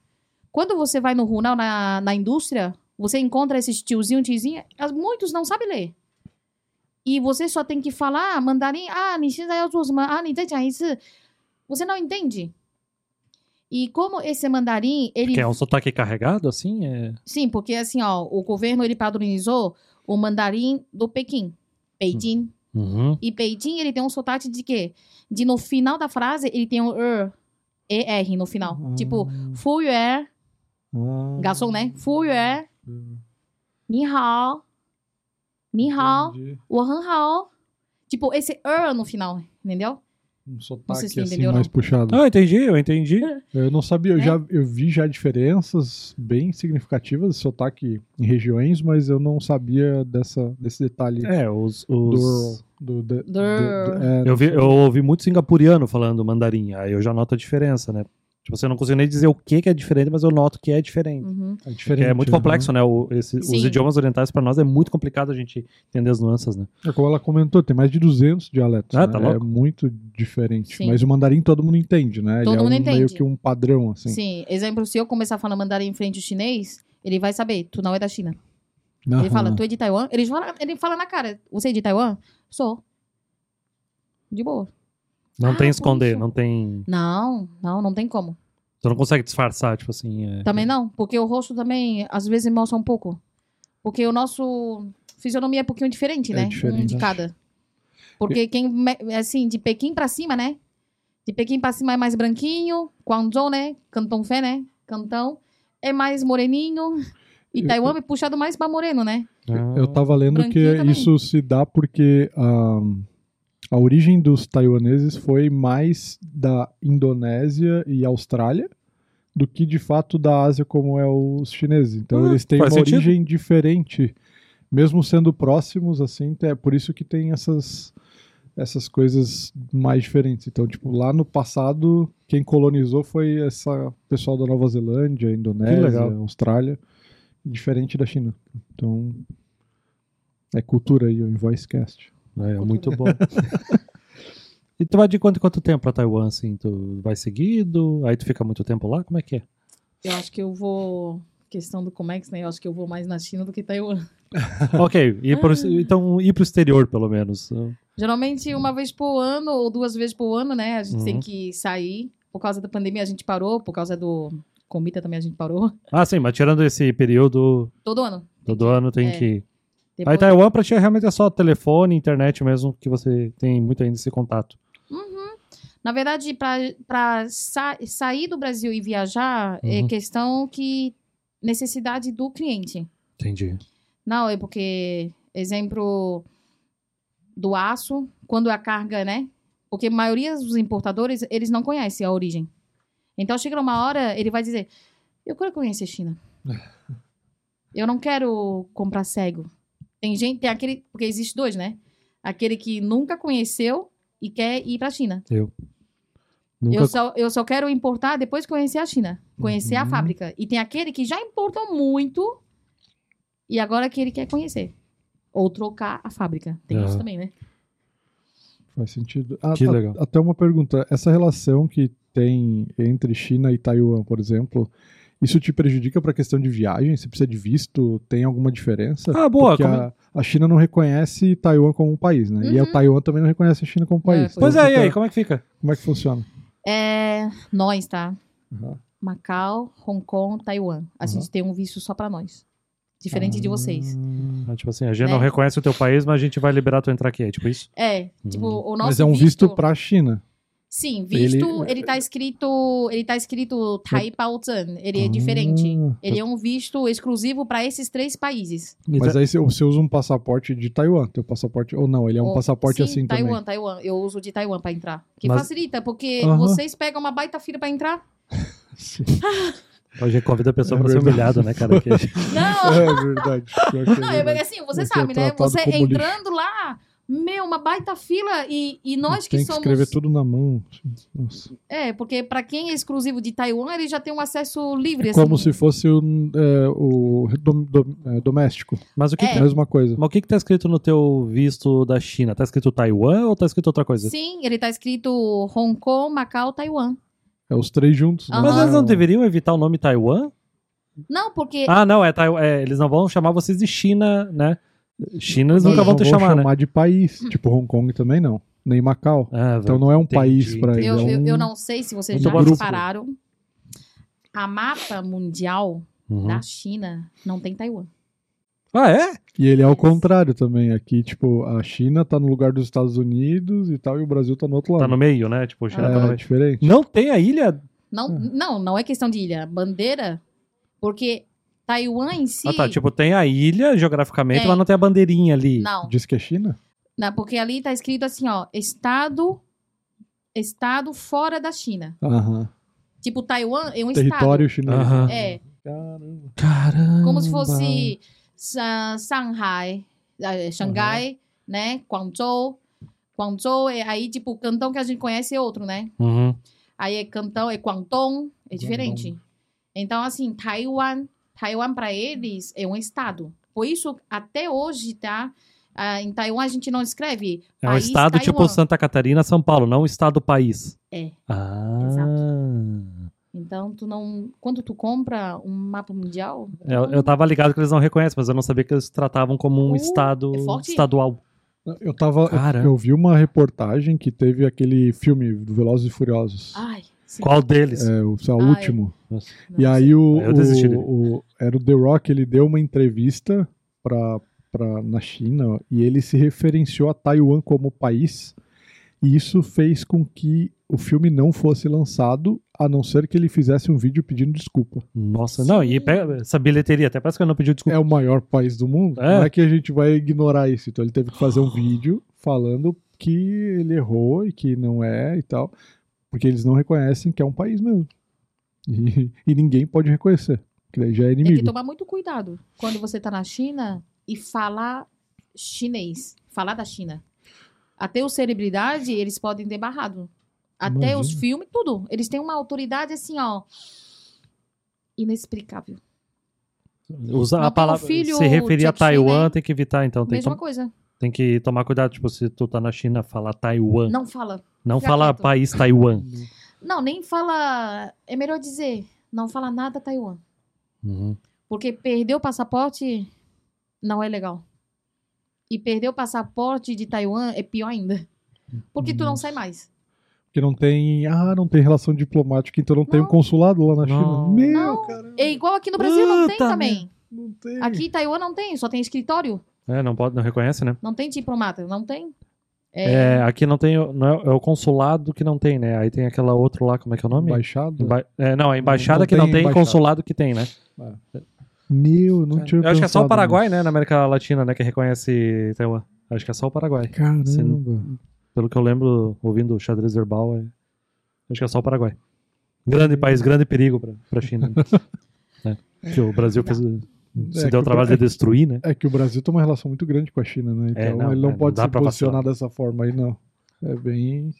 S1: Quando você vai no rural, na, na indústria, você encontra esses tiozinho, tizinha, as- muitos não sabem ler. E você só tem que falar mandarim, ah, 你现在要做什么? ah, 你在讲一次. Você não entende. E como esse mandarim, ele...
S3: Que é um sotaque carregado, assim? É...
S1: Sim, porque assim, ó, o governo, ele padronizou o mandarim do Pequim. Beijing.
S3: Uhum.
S1: E Beijing, ele tem um sotaque de quê? De no final da frase, ele tem um er, ER no final.
S2: Hum.
S1: Tipo, Fu Yue,
S2: Ah,
S1: garçom, né? Fu Yue, Ni Hao, Ni Hao,
S2: entendi.
S1: Wo Han Hao. Tipo, esse er no final, entendeu?
S2: um sotaque
S1: Vocês
S2: assim
S1: entenderam?
S2: mais puxado.
S3: Não, eu Ah, entendi, eu entendi.
S2: Eu não sabia, eu,
S1: É.
S2: já, eu vi já diferenças bem significativas de sotaque em regiões, mas eu não sabia dessa, desse detalhe
S3: É, os.
S2: do,
S3: os...
S2: do, de-
S1: Dur.
S2: do- do- é,
S3: Eu, vi- eu ouvi muito singapuriano falando mandarim, aí eu já noto a diferença, né? Tipo, você não consigo nem dizer o que, que é diferente, mas eu noto que é diferente.
S1: Uhum.
S2: é
S3: Porque
S2: diferente.
S3: é muito
S2: né?
S3: complexo, né? O- esse- os
S1: Sim.
S3: idiomas orientais pra nós é muito complicado a gente entender as nuances, né?
S2: É como ela comentou, tem mais de 200 dialetos.
S3: Ah,
S2: né?
S3: tá louco.
S2: É muito diferente.
S1: Sim.
S2: Mas o mandarim todo mundo entende, né? Ele
S1: Todo
S2: é um,
S1: mundo
S2: meio
S1: entende.
S2: que um padrão, assim.
S1: Sim. exemplo, se eu começar a falar mandarim em frente ao chinês, ele vai saber, tu não é da China. Ele
S2: Aham.
S1: fala, tu é de Taiwan? Ele fala, ele fala na cara, você é de Taiwan? Sou. De boa.
S3: Não
S1: Ah,
S3: tem esconder,
S1: poxa.
S3: não tem.
S1: Não, não, não tem como.
S3: Tu não consegue disfarçar, tipo assim. é-
S1: Também não, porque o rosto também, às vezes, mostra um pouco. Porque o nosso fisionomia é um pouquinho diferente,
S2: É
S1: né? um
S2: diferente.
S1: de cada. Porque quem, me- assim, de Pequim pra cima, né? De Pequim pra cima é mais branquinho, Guangzhou, né? Canton Fé, né? Cantão. É mais moreninho. E
S2: Eu-
S1: Taiwan é puxado mais pra moreno, né?
S3: Ah,
S2: Eu tava lendo que
S1: Branquinho também.
S2: isso se dá porque a, a origem dos taiwaneses foi mais da Indonésia e Austrália do que de fato da Ásia como é os chineses. Então
S3: Ah,
S2: eles têm uma
S3: faz sentido.
S2: origem diferente, mesmo sendo próximos assim, é por isso que tem essas essas coisas mais diferentes. Então, tipo, lá no passado, quem colonizou foi essa pessoal da Nova Zelândia, Indonésia,
S3: legal.
S2: Austrália, diferente da China. Então, é cultura aí, o Invoicecast.
S3: É, é muito bom. [LAUGHS] e tu vai de quanto em quanto tempo pra Taiwan, assim? Tu vai seguido? Aí tu fica muito tempo lá? Como
S1: [LAUGHS]
S3: é que é?
S1: Eu acho que eu vou. Questão do Comex, né? Eu acho que eu vou mais na China do que Taiwan.
S3: ok, ir pro,
S1: Ah.
S3: então ir pro exterior, pelo menos.
S1: Geralmente, uma vez por ano ou duas vezes por ano, né? A gente
S3: Hum. Uhum.
S1: tem que sair. Por causa da pandemia, a gente parou. Por causa do Comita também, a gente parou. [LAUGHS]
S3: Ah, sim, mas tirando esse período
S1: Todo ano.
S3: todo ano, tem
S1: é,
S3: que. Aí
S1: Depois-
S3: Taiwan pra ti é realmente é só telefone, internet mesmo, que você tem muito ainda esse contato.
S1: Na verdade, para sa sair do Brasil e viajar, é
S3: Uhum.
S1: questão que. necessidade do cliente.
S3: Entendi.
S1: Não, é porque, exemplo do aço, quando a carga, né? Porque a maioria dos importadores, eles não conhecem a origem. Então, chega uma hora, ele vai dizer, eu quero conhecer China. Eu não quero comprar cego. Tem gente, tem aquele, porque existe dois, né? Aquele que nunca conheceu e quer ir pra China.
S3: Nunca...
S1: Eu só, eu só quero importar depois que conhecer a China, conhecer a
S2: Uhum.
S1: fábrica. E tem aquele que já importam muito e agora é que ele quer conhecer. Ou trocar a fábrica. Tem
S3: Aham.
S1: isso também, né?
S2: Faz sentido. A-
S3: Que
S2: a-
S3: legal.
S2: até uma pergunta. Essa relação que tem entre China e Taiwan, por exemplo, isso te prejudica para a questão de viagem? Você precisa de visto? Tem alguma diferença?
S3: Ah, boa.
S2: Porque
S3: como-
S2: a, a China não reconhece Taiwan como um país, né? E a
S1: Uhum.
S2: Taiwan também não reconhece a China como
S1: É,
S2: país.
S3: Pois
S2: Então
S3: é, e aí,
S2: fica-
S3: como é que fica?
S2: Como é que funciona?
S1: É, nós, tá?
S2: Aham.
S1: Macau, Hong Kong, Taiwan. A gente tem um visto só pra nós. Diferente de vocês.
S2: Ah,
S3: Ah, tipo assim, a gente
S1: Né?
S3: não reconhece o teu país, mas a gente vai liberar tu entrar aqui. É tipo isso?
S1: É, tipo, o nosso
S2: Ah. Mas é um visto, pra China.
S1: Sim, visto,
S2: Ele- é-
S1: ele, tá escrito, ele tá escrito Taipaozan, ele é diferente.
S2: Ah.
S1: Ele é um visto exclusivo pra esses três países.
S2: Mas aí você- você usa um passaporte de Taiwan, teu passaporte ou não? Ele é um
S1: Ou-
S2: passaporte
S1: sim,
S2: assim
S1: Taiwan,
S2: também.
S1: Taiwan. Eu uso de Taiwan pra entrar. Que
S3: Mas-
S1: facilita, porque
S2: Aham.
S1: vocês pegam uma baita fila pra entrar.
S2: [LAUGHS] Sim.
S3: A gente convida a pessoa
S2: É
S3: pra ser
S2: verdade.
S3: humilhada, né, cara? Que a
S1: [LAUGHS]
S3: gente-
S2: [LAUGHS]
S1: Não,
S2: É verdade. Pior que é
S1: [LAUGHS] não, é
S2: verdade.
S1: assim, você
S2: Aqui é
S1: sabe, né?
S2: tratado
S1: Você
S2: como lixo.
S1: entrando lá, meu, uma baita fila. E, e nós que
S2: Tem que
S1: somos.
S2: escrever tudo na mão. assim. Nossa.
S1: É, porque pra quem é exclusivo de Taiwan, ele já tem um acesso livre. assim.
S2: É Como se fosse um, é, o dom- dom- é, doméstico.
S3: Mas o que,
S1: É.
S3: que-
S2: Mesma coisa.
S3: Mas o que que tá escrito no teu visto da China? Tá escrito Taiwan ou tá escrito outra coisa?
S1: Sim, ele tá escrito Hong Kong, Macau, Taiwan.
S2: É os três juntos. né?
S3: Mas
S1: Aham.
S3: eles não deveriam evitar o nome Taiwan?
S1: Não, porque.
S3: Ah, não, é, Taiwan, é, eles não vão chamar vocês de China, né? China eles
S1: Não,
S3: nunca vão
S2: Eles não
S3: te chamar, né?
S2: de país.
S1: Hum.
S2: Tipo Hong Kong também não. Nem Macau.
S3: Ah,
S2: Então não é um
S3: Entendi,
S2: país pra
S3: entendi.
S2: ele. é
S1: Eu, eu,
S2: um-
S1: eu não sei se vocês
S3: Muito
S1: já
S3: bom.
S1: repararam. A mapa mundial
S3: uhum.
S2: Hum.
S1: da China não tem Taiwan.
S3: Ah, é?
S2: E ele é ao contrário também. Aqui, tipo, a China tá no lugar dos Estados Unidos e tal, e o Brasil tá no outro
S3: Tá
S2: lado.
S3: no meio, né? Tipo, China tá no
S2: É,
S3: meio.
S2: diferente.
S3: Não tem a ilha?
S1: Não,
S3: Hum.
S1: não, não é questão de ilha. Bandeira, porque Taiwan em si.
S3: Ah, tá. Tipo, tem a ilha geograficamente,
S1: Tem.
S3: mas não tem a bandeirinha ali.
S1: Não, né,
S2: Diz que é China?
S1: não, porque ali tá escrito assim, ó, Estado estado fora da China.
S2: Aham.
S1: Tipo, Taiwan é um
S2: Território chinês.
S3: Aham.
S1: estado. É,
S2: Caramba.
S3: Caramba.
S1: como se fosse Sa- Shanghai, eh, Xangai, né? Guangzhou. Guangzhou, é, aí, tipo, o cantão que a gente conhece é outro, né?
S3: Uhum.
S1: Aí é cantão, é Guangdong, é diferente. Então, assim, Taiwan, Taiwan para eles é um estado. Por isso, até hoje, tá? Ah, em Taiwan a gente não escreve.
S3: É um
S1: país
S3: estado tipo
S1: Taiwan.
S3: Santa Catarina, São Paulo, não um estado país.
S1: É.
S3: Ah.
S1: Então, tu não. Quando tu compra um mapa mundial.
S3: Eu, eu tava ligado que eles não reconhecem, mas eu não sabia que eles tratavam como um
S1: Uh,
S3: estado
S1: é forte.
S3: estadual.
S2: Eu tava.
S3: Cara.
S2: Eu vi uma reportagem que teve aquele filme do Velozes e Furiosos.
S1: Ai, sim.
S3: Qual deles?
S2: É, o seu
S1: Ah, é.
S2: último.
S3: Nossa.
S1: Não
S2: E
S1: sei.
S2: aí o,
S3: Eu desisti dele.
S2: o, o- era o The Rock, ele deu uma entrevista pra, pra, na China e ele se referenciou a Taiwan como país. E isso fez com que o filme não fosse lançado, a não ser que ele fizesse um vídeo pedindo desculpa.
S3: Nossa, não, e pega essa bilheteria, até parece que eu não pedi desculpa.
S2: É o maior país do mundo,
S3: É.
S2: não é que a gente vai ignorar isso. Então ele teve
S3: [GASPS]
S2: que fazer um vídeo falando que ele errou e que não é e tal, porque eles não reconhecem que é um país mesmo. E, [LAUGHS] e ninguém pode reconhecer, que daí já é
S1: Tem que
S2: inimigo.
S1: tomar muito cuidado quando você tá na China e falar chinês, falar da China. Até os celebridade, eles podem ter barrado. Até os
S2: Imagina.
S1: filmes, tudo. Eles têm uma autoridade assim, ó. Inexplicável.
S3: Usar
S1: Não
S3: a
S1: tem um
S3: palavra.
S1: filho
S3: se referir
S1: tchotchina,
S3: a Taiwan,
S1: hein?
S3: tem que evitar, então. Tem, que
S1: Mesma
S3: tom-
S1: coisa.
S3: tem que tomar cuidado, tipo, se tu tá na China, falar Taiwan. Não,
S1: Não fala. fica
S3: fala
S1: quieto.
S3: país Taiwan.
S1: Não, nem fala. É melhor dizer, não fala nada Taiwan.
S3: Uhum.
S1: Porque perder o passaporte não é legal. E perder o passaporte de Taiwan é pior ainda. Porque tu não sai mais.
S2: Porque não tem. Ah, não tem relação diplomática, então não, tem um
S1: Não.
S2: consulado lá na China.
S3: Não.
S2: Meu,
S1: Não.
S2: caramba,
S1: É igual aqui no Brasil, não tem
S3: Puta
S1: também.
S2: não tem.
S1: Aqui em Taiwan não tem, só tem escritório.
S3: É, não pode, não reconhece, né?
S1: Não tem diplomata, não tem. É,
S3: É, aqui não tem. o- Não é, é o consulado que não tem, né? Aí tem aquela outro lá, como é que é o nome?
S2: Embaixado?
S3: Emba- é, não, a embaixada
S2: Não
S3: que não
S2: tem
S3: tem,
S2: embaixada.
S3: consulado que tem, né?
S2: Meu, não tinha
S3: Eu acho que é só o
S2: pensado
S3: Paraguai,
S2: nisso.
S3: né, na América Latina, né, que reconhece Taiwan. Acho que é só o Paraguai.
S2: Caramba.
S3: Pelo que eu lembro, ouvindo o xadrez verbal, é- acho que é só o Paraguai. Grande país, grande perigo pra, pra
S2: [LAUGHS]
S3: China. né? É, Que o Brasil fez-
S2: É
S3: se
S2: que
S3: deu
S2: o
S3: o trabalho
S2: Bra-
S3: de destruir, né?
S2: É que o Brasil tem uma relação muito grande com a China, né? Então
S3: É, não,
S2: ele não
S3: é, não
S2: pode
S3: dá
S2: se
S3: pra
S2: posicionar dessa forma aí, não. É bem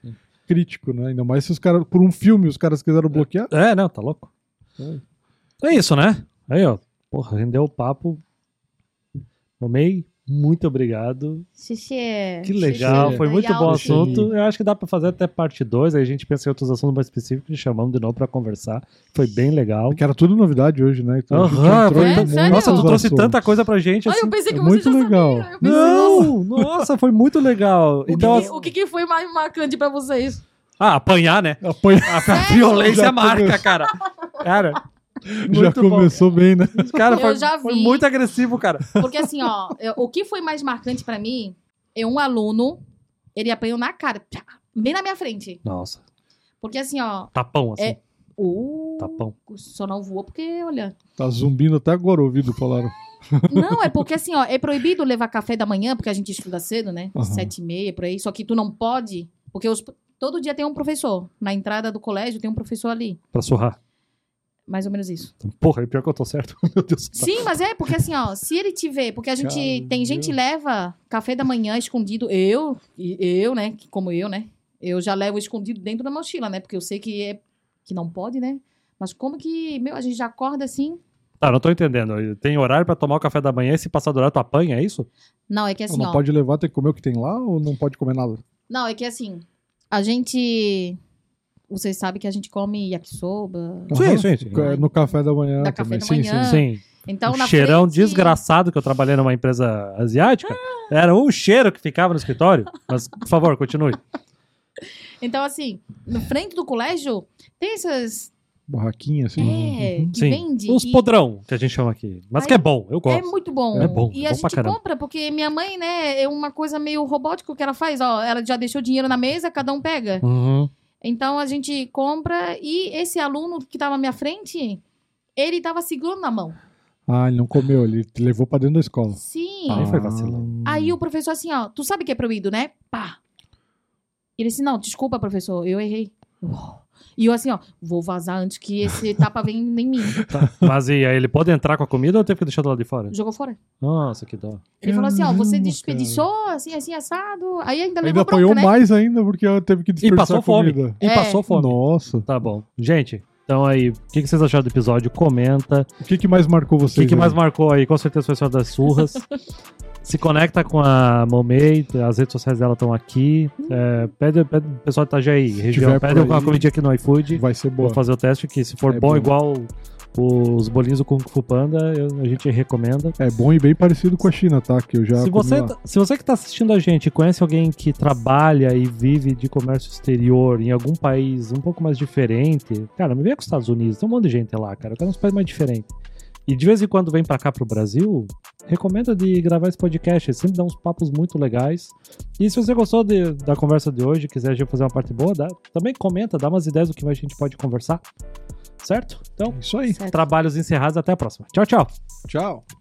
S2: crítico, né? Ainda mais se os caras, por um filme, os caras quiseram bloquear.
S3: É, não, tá louco. É isso, né? Aí, ó. Porra, rendeu o papo. Tomei. Muito obrigado.
S1: xixi.
S3: Que legal.
S1: xixi,
S3: Foi muito
S1: legal,
S3: bom o
S1: xixi.
S3: assunto. Eu acho que dá pra fazer até parte 2. Aí a gente pensa em outros assuntos mais específicos e chamamos de novo pra conversar. Foi bem legal.
S2: Porque era tudo novidade hoje, né? Então a gente
S3: Aham,
S2: entrou
S3: foi-
S2: em
S1: É, sério?
S2: muitos
S3: Nossa, tu trouxe
S2: assuntos.
S3: tanta coisa pra gente
S1: Ai,
S3: assim.
S1: eu pensei que
S2: é
S1: você
S2: muito
S1: já
S2: legal.
S1: sabia. Eu pensei, nossa,
S3: Não, nossa, foi muito legal. Então,
S1: o, que, o que que foi mais marcante pra vocês?
S3: ah, apanhar, né?
S2: Apanha-
S3: A, a [LAUGHS] violência
S2: Já
S3: marca,
S2: começou.
S3: cara. Cara,
S2: [LAUGHS] Já
S3: muito bom.
S2: começou bem, né?
S3: cara
S1: Eu
S3: foi,
S1: já
S3: foi
S1: vi.
S3: muito agressivo, cara.
S1: Porque assim, ó, [LAUGHS] eu- o que foi mais marcante pra mim é um aluno, ele apanhou na cara, pá, bem na minha frente.
S3: Nossa,
S1: Porque assim, ó,
S3: tapão assim,
S1: É. o
S3: tapão.
S1: só não voou porque, olha.
S2: Tá zumbindo até agora o ouvido, falaram.
S1: Não, é porque assim, ó, é proibido levar café da manhã, porque a gente estuda cedo, né?
S2: Aham.
S1: Sete e meia, por aí. Só que tu não pode, porque os- todo dia tem um professor. Na entrada do colégio tem um professor ali.
S3: Pra surrar.
S1: Mais ou menos isso.
S2: Tá.
S3: Porra, é pior que eu tô certo. [LAUGHS] Meu Deus.
S1: Sim, mas é, porque assim, ó, se ele tiver, porque a gente
S2: Cara,
S1: tem gente que leva café da manhã escondido, eu, e eu, né, que como eu, né, eu já levo escondido dentro da mochila, né, porque eu sei que é, que não pode, né, mas como que, meu, a gente já acorda assim?
S3: Tá, não tô entendendo. Tem horário pra tomar o café da manhã e se passar do horário tu apanha, é isso?
S1: Não, é que assim,
S2: não
S1: ó,
S2: pode levar, tem que comer o que tem lá ou não pode comer nada?
S1: não, é que assim, a gente, vocês sabem que a gente come yakisoba,
S2: Aham.
S3: Uhum. sim, sim.
S2: É, No café da manhã
S1: Da café
S2: também.
S1: da
S2: sim,
S1: manhã.
S2: sim.
S3: Sim.
S1: então
S3: um
S1: na
S3: cheirão
S1: frente-
S3: desgraçado que eu trabalhei numa empresa asiática. Era um cheiro que ficava no escritório. Mas, por favor, continue.
S1: Então assim, na frente do colégio, tem essas,
S2: Borraquinha, assim.
S1: é, [LAUGHS] que
S3: Uhum. Sim.
S1: vende.
S3: Os
S1: e-
S3: podrão, que a gente chama aqui. Mas
S1: Aí-
S3: que é bom, eu
S1: É
S3: gosto.
S1: muito bom.
S3: É bom,
S1: E
S3: é
S1: a
S3: bom pra
S1: gente
S3: caramba.
S1: compra, porque minha mãe, né, é uma coisa meio robótica que ela faz, ó. Ela já deixou dinheiro na mesa, cada um pega.
S3: Uhum.
S1: Então a gente compra e esse aluno que tava à minha frente, ele tava segurando na mão.
S2: Ah, ele não comeu, ele te levou pra dentro da escola.
S1: Sim.
S3: Ah. Aí foi vacilão.
S2: Hum.
S1: Aí o professor assim, ó, tu sabe que é proibido, né? Pá. Ele disse: Não, desculpa, professor, eu errei. E eu assim, ó, vou vazar antes que
S2: [LAUGHS]
S1: esse tapa venha em mim.
S3: Mas e aí, ele pode entrar com a comida ou teve que deixar do lado de fora?
S1: Jogou fora.
S3: Nossa, que dó.
S1: Ele falou assim: ó, você
S2: Caramba,
S1: desperdiçou, assim, assim, assado. Aí ainda levou
S2: Ainda apanhou um
S1: bronca, né?
S2: mais ainda, porque ela teve que
S3: E
S2: desperdiçar
S3: passou fome.
S2: comida.
S3: E
S1: É.
S3: passou fome.
S2: Nossa.
S3: Tá bom. Gente, então aí, o que, que vocês acharam do episódio? Comenta.
S2: O que, que mais marcou
S3: O
S2: vocês?
S3: que, que
S2: aí?
S3: mais marcou aí? Com certeza foi só das
S1: [LAUGHS]
S3: surras. Se conecta com a Momei, as redes sociais dela estão aqui.
S1: Hum.
S3: É, pede, pede, o pessoal de Itajaí, região,
S2: tiver
S3: pede
S2: por
S3: alguma
S2: aí.
S3: comidinha aqui no iFood.
S2: Vai ser boa.
S3: Vou fazer o teste, que se for
S2: É
S3: bom,
S2: bom.
S3: igual os bolinhos do Kung Fu Panda, eu- a gente recomenda.
S2: É bom e bem parecido com a China, tá? Que eu já
S3: Se
S2: comi
S3: você,
S2: lá.
S3: tá- se você que está assistindo a gente conhece alguém que trabalha e vive de comércio exterior em algum país um pouco mais diferente, cara, me vem com os Estados Unidos, tem um monte de gente lá, cara, tem uns países mais diferentes. E de vez em quando vem pra cá pro Brasil, recomendo de gravar esse podcast, ele sempre dá uns papos muito legais. E se você gostou de- da conversa de hoje, quiser a gente fazer uma parte boa, dá- também comenta, dá umas ideias do que mais a gente pode conversar, certo? Então,
S2: É Isso aí.
S1: Certo.
S3: trabalhos encerrados, até a próxima. Tchau, tchau!
S2: Tchau.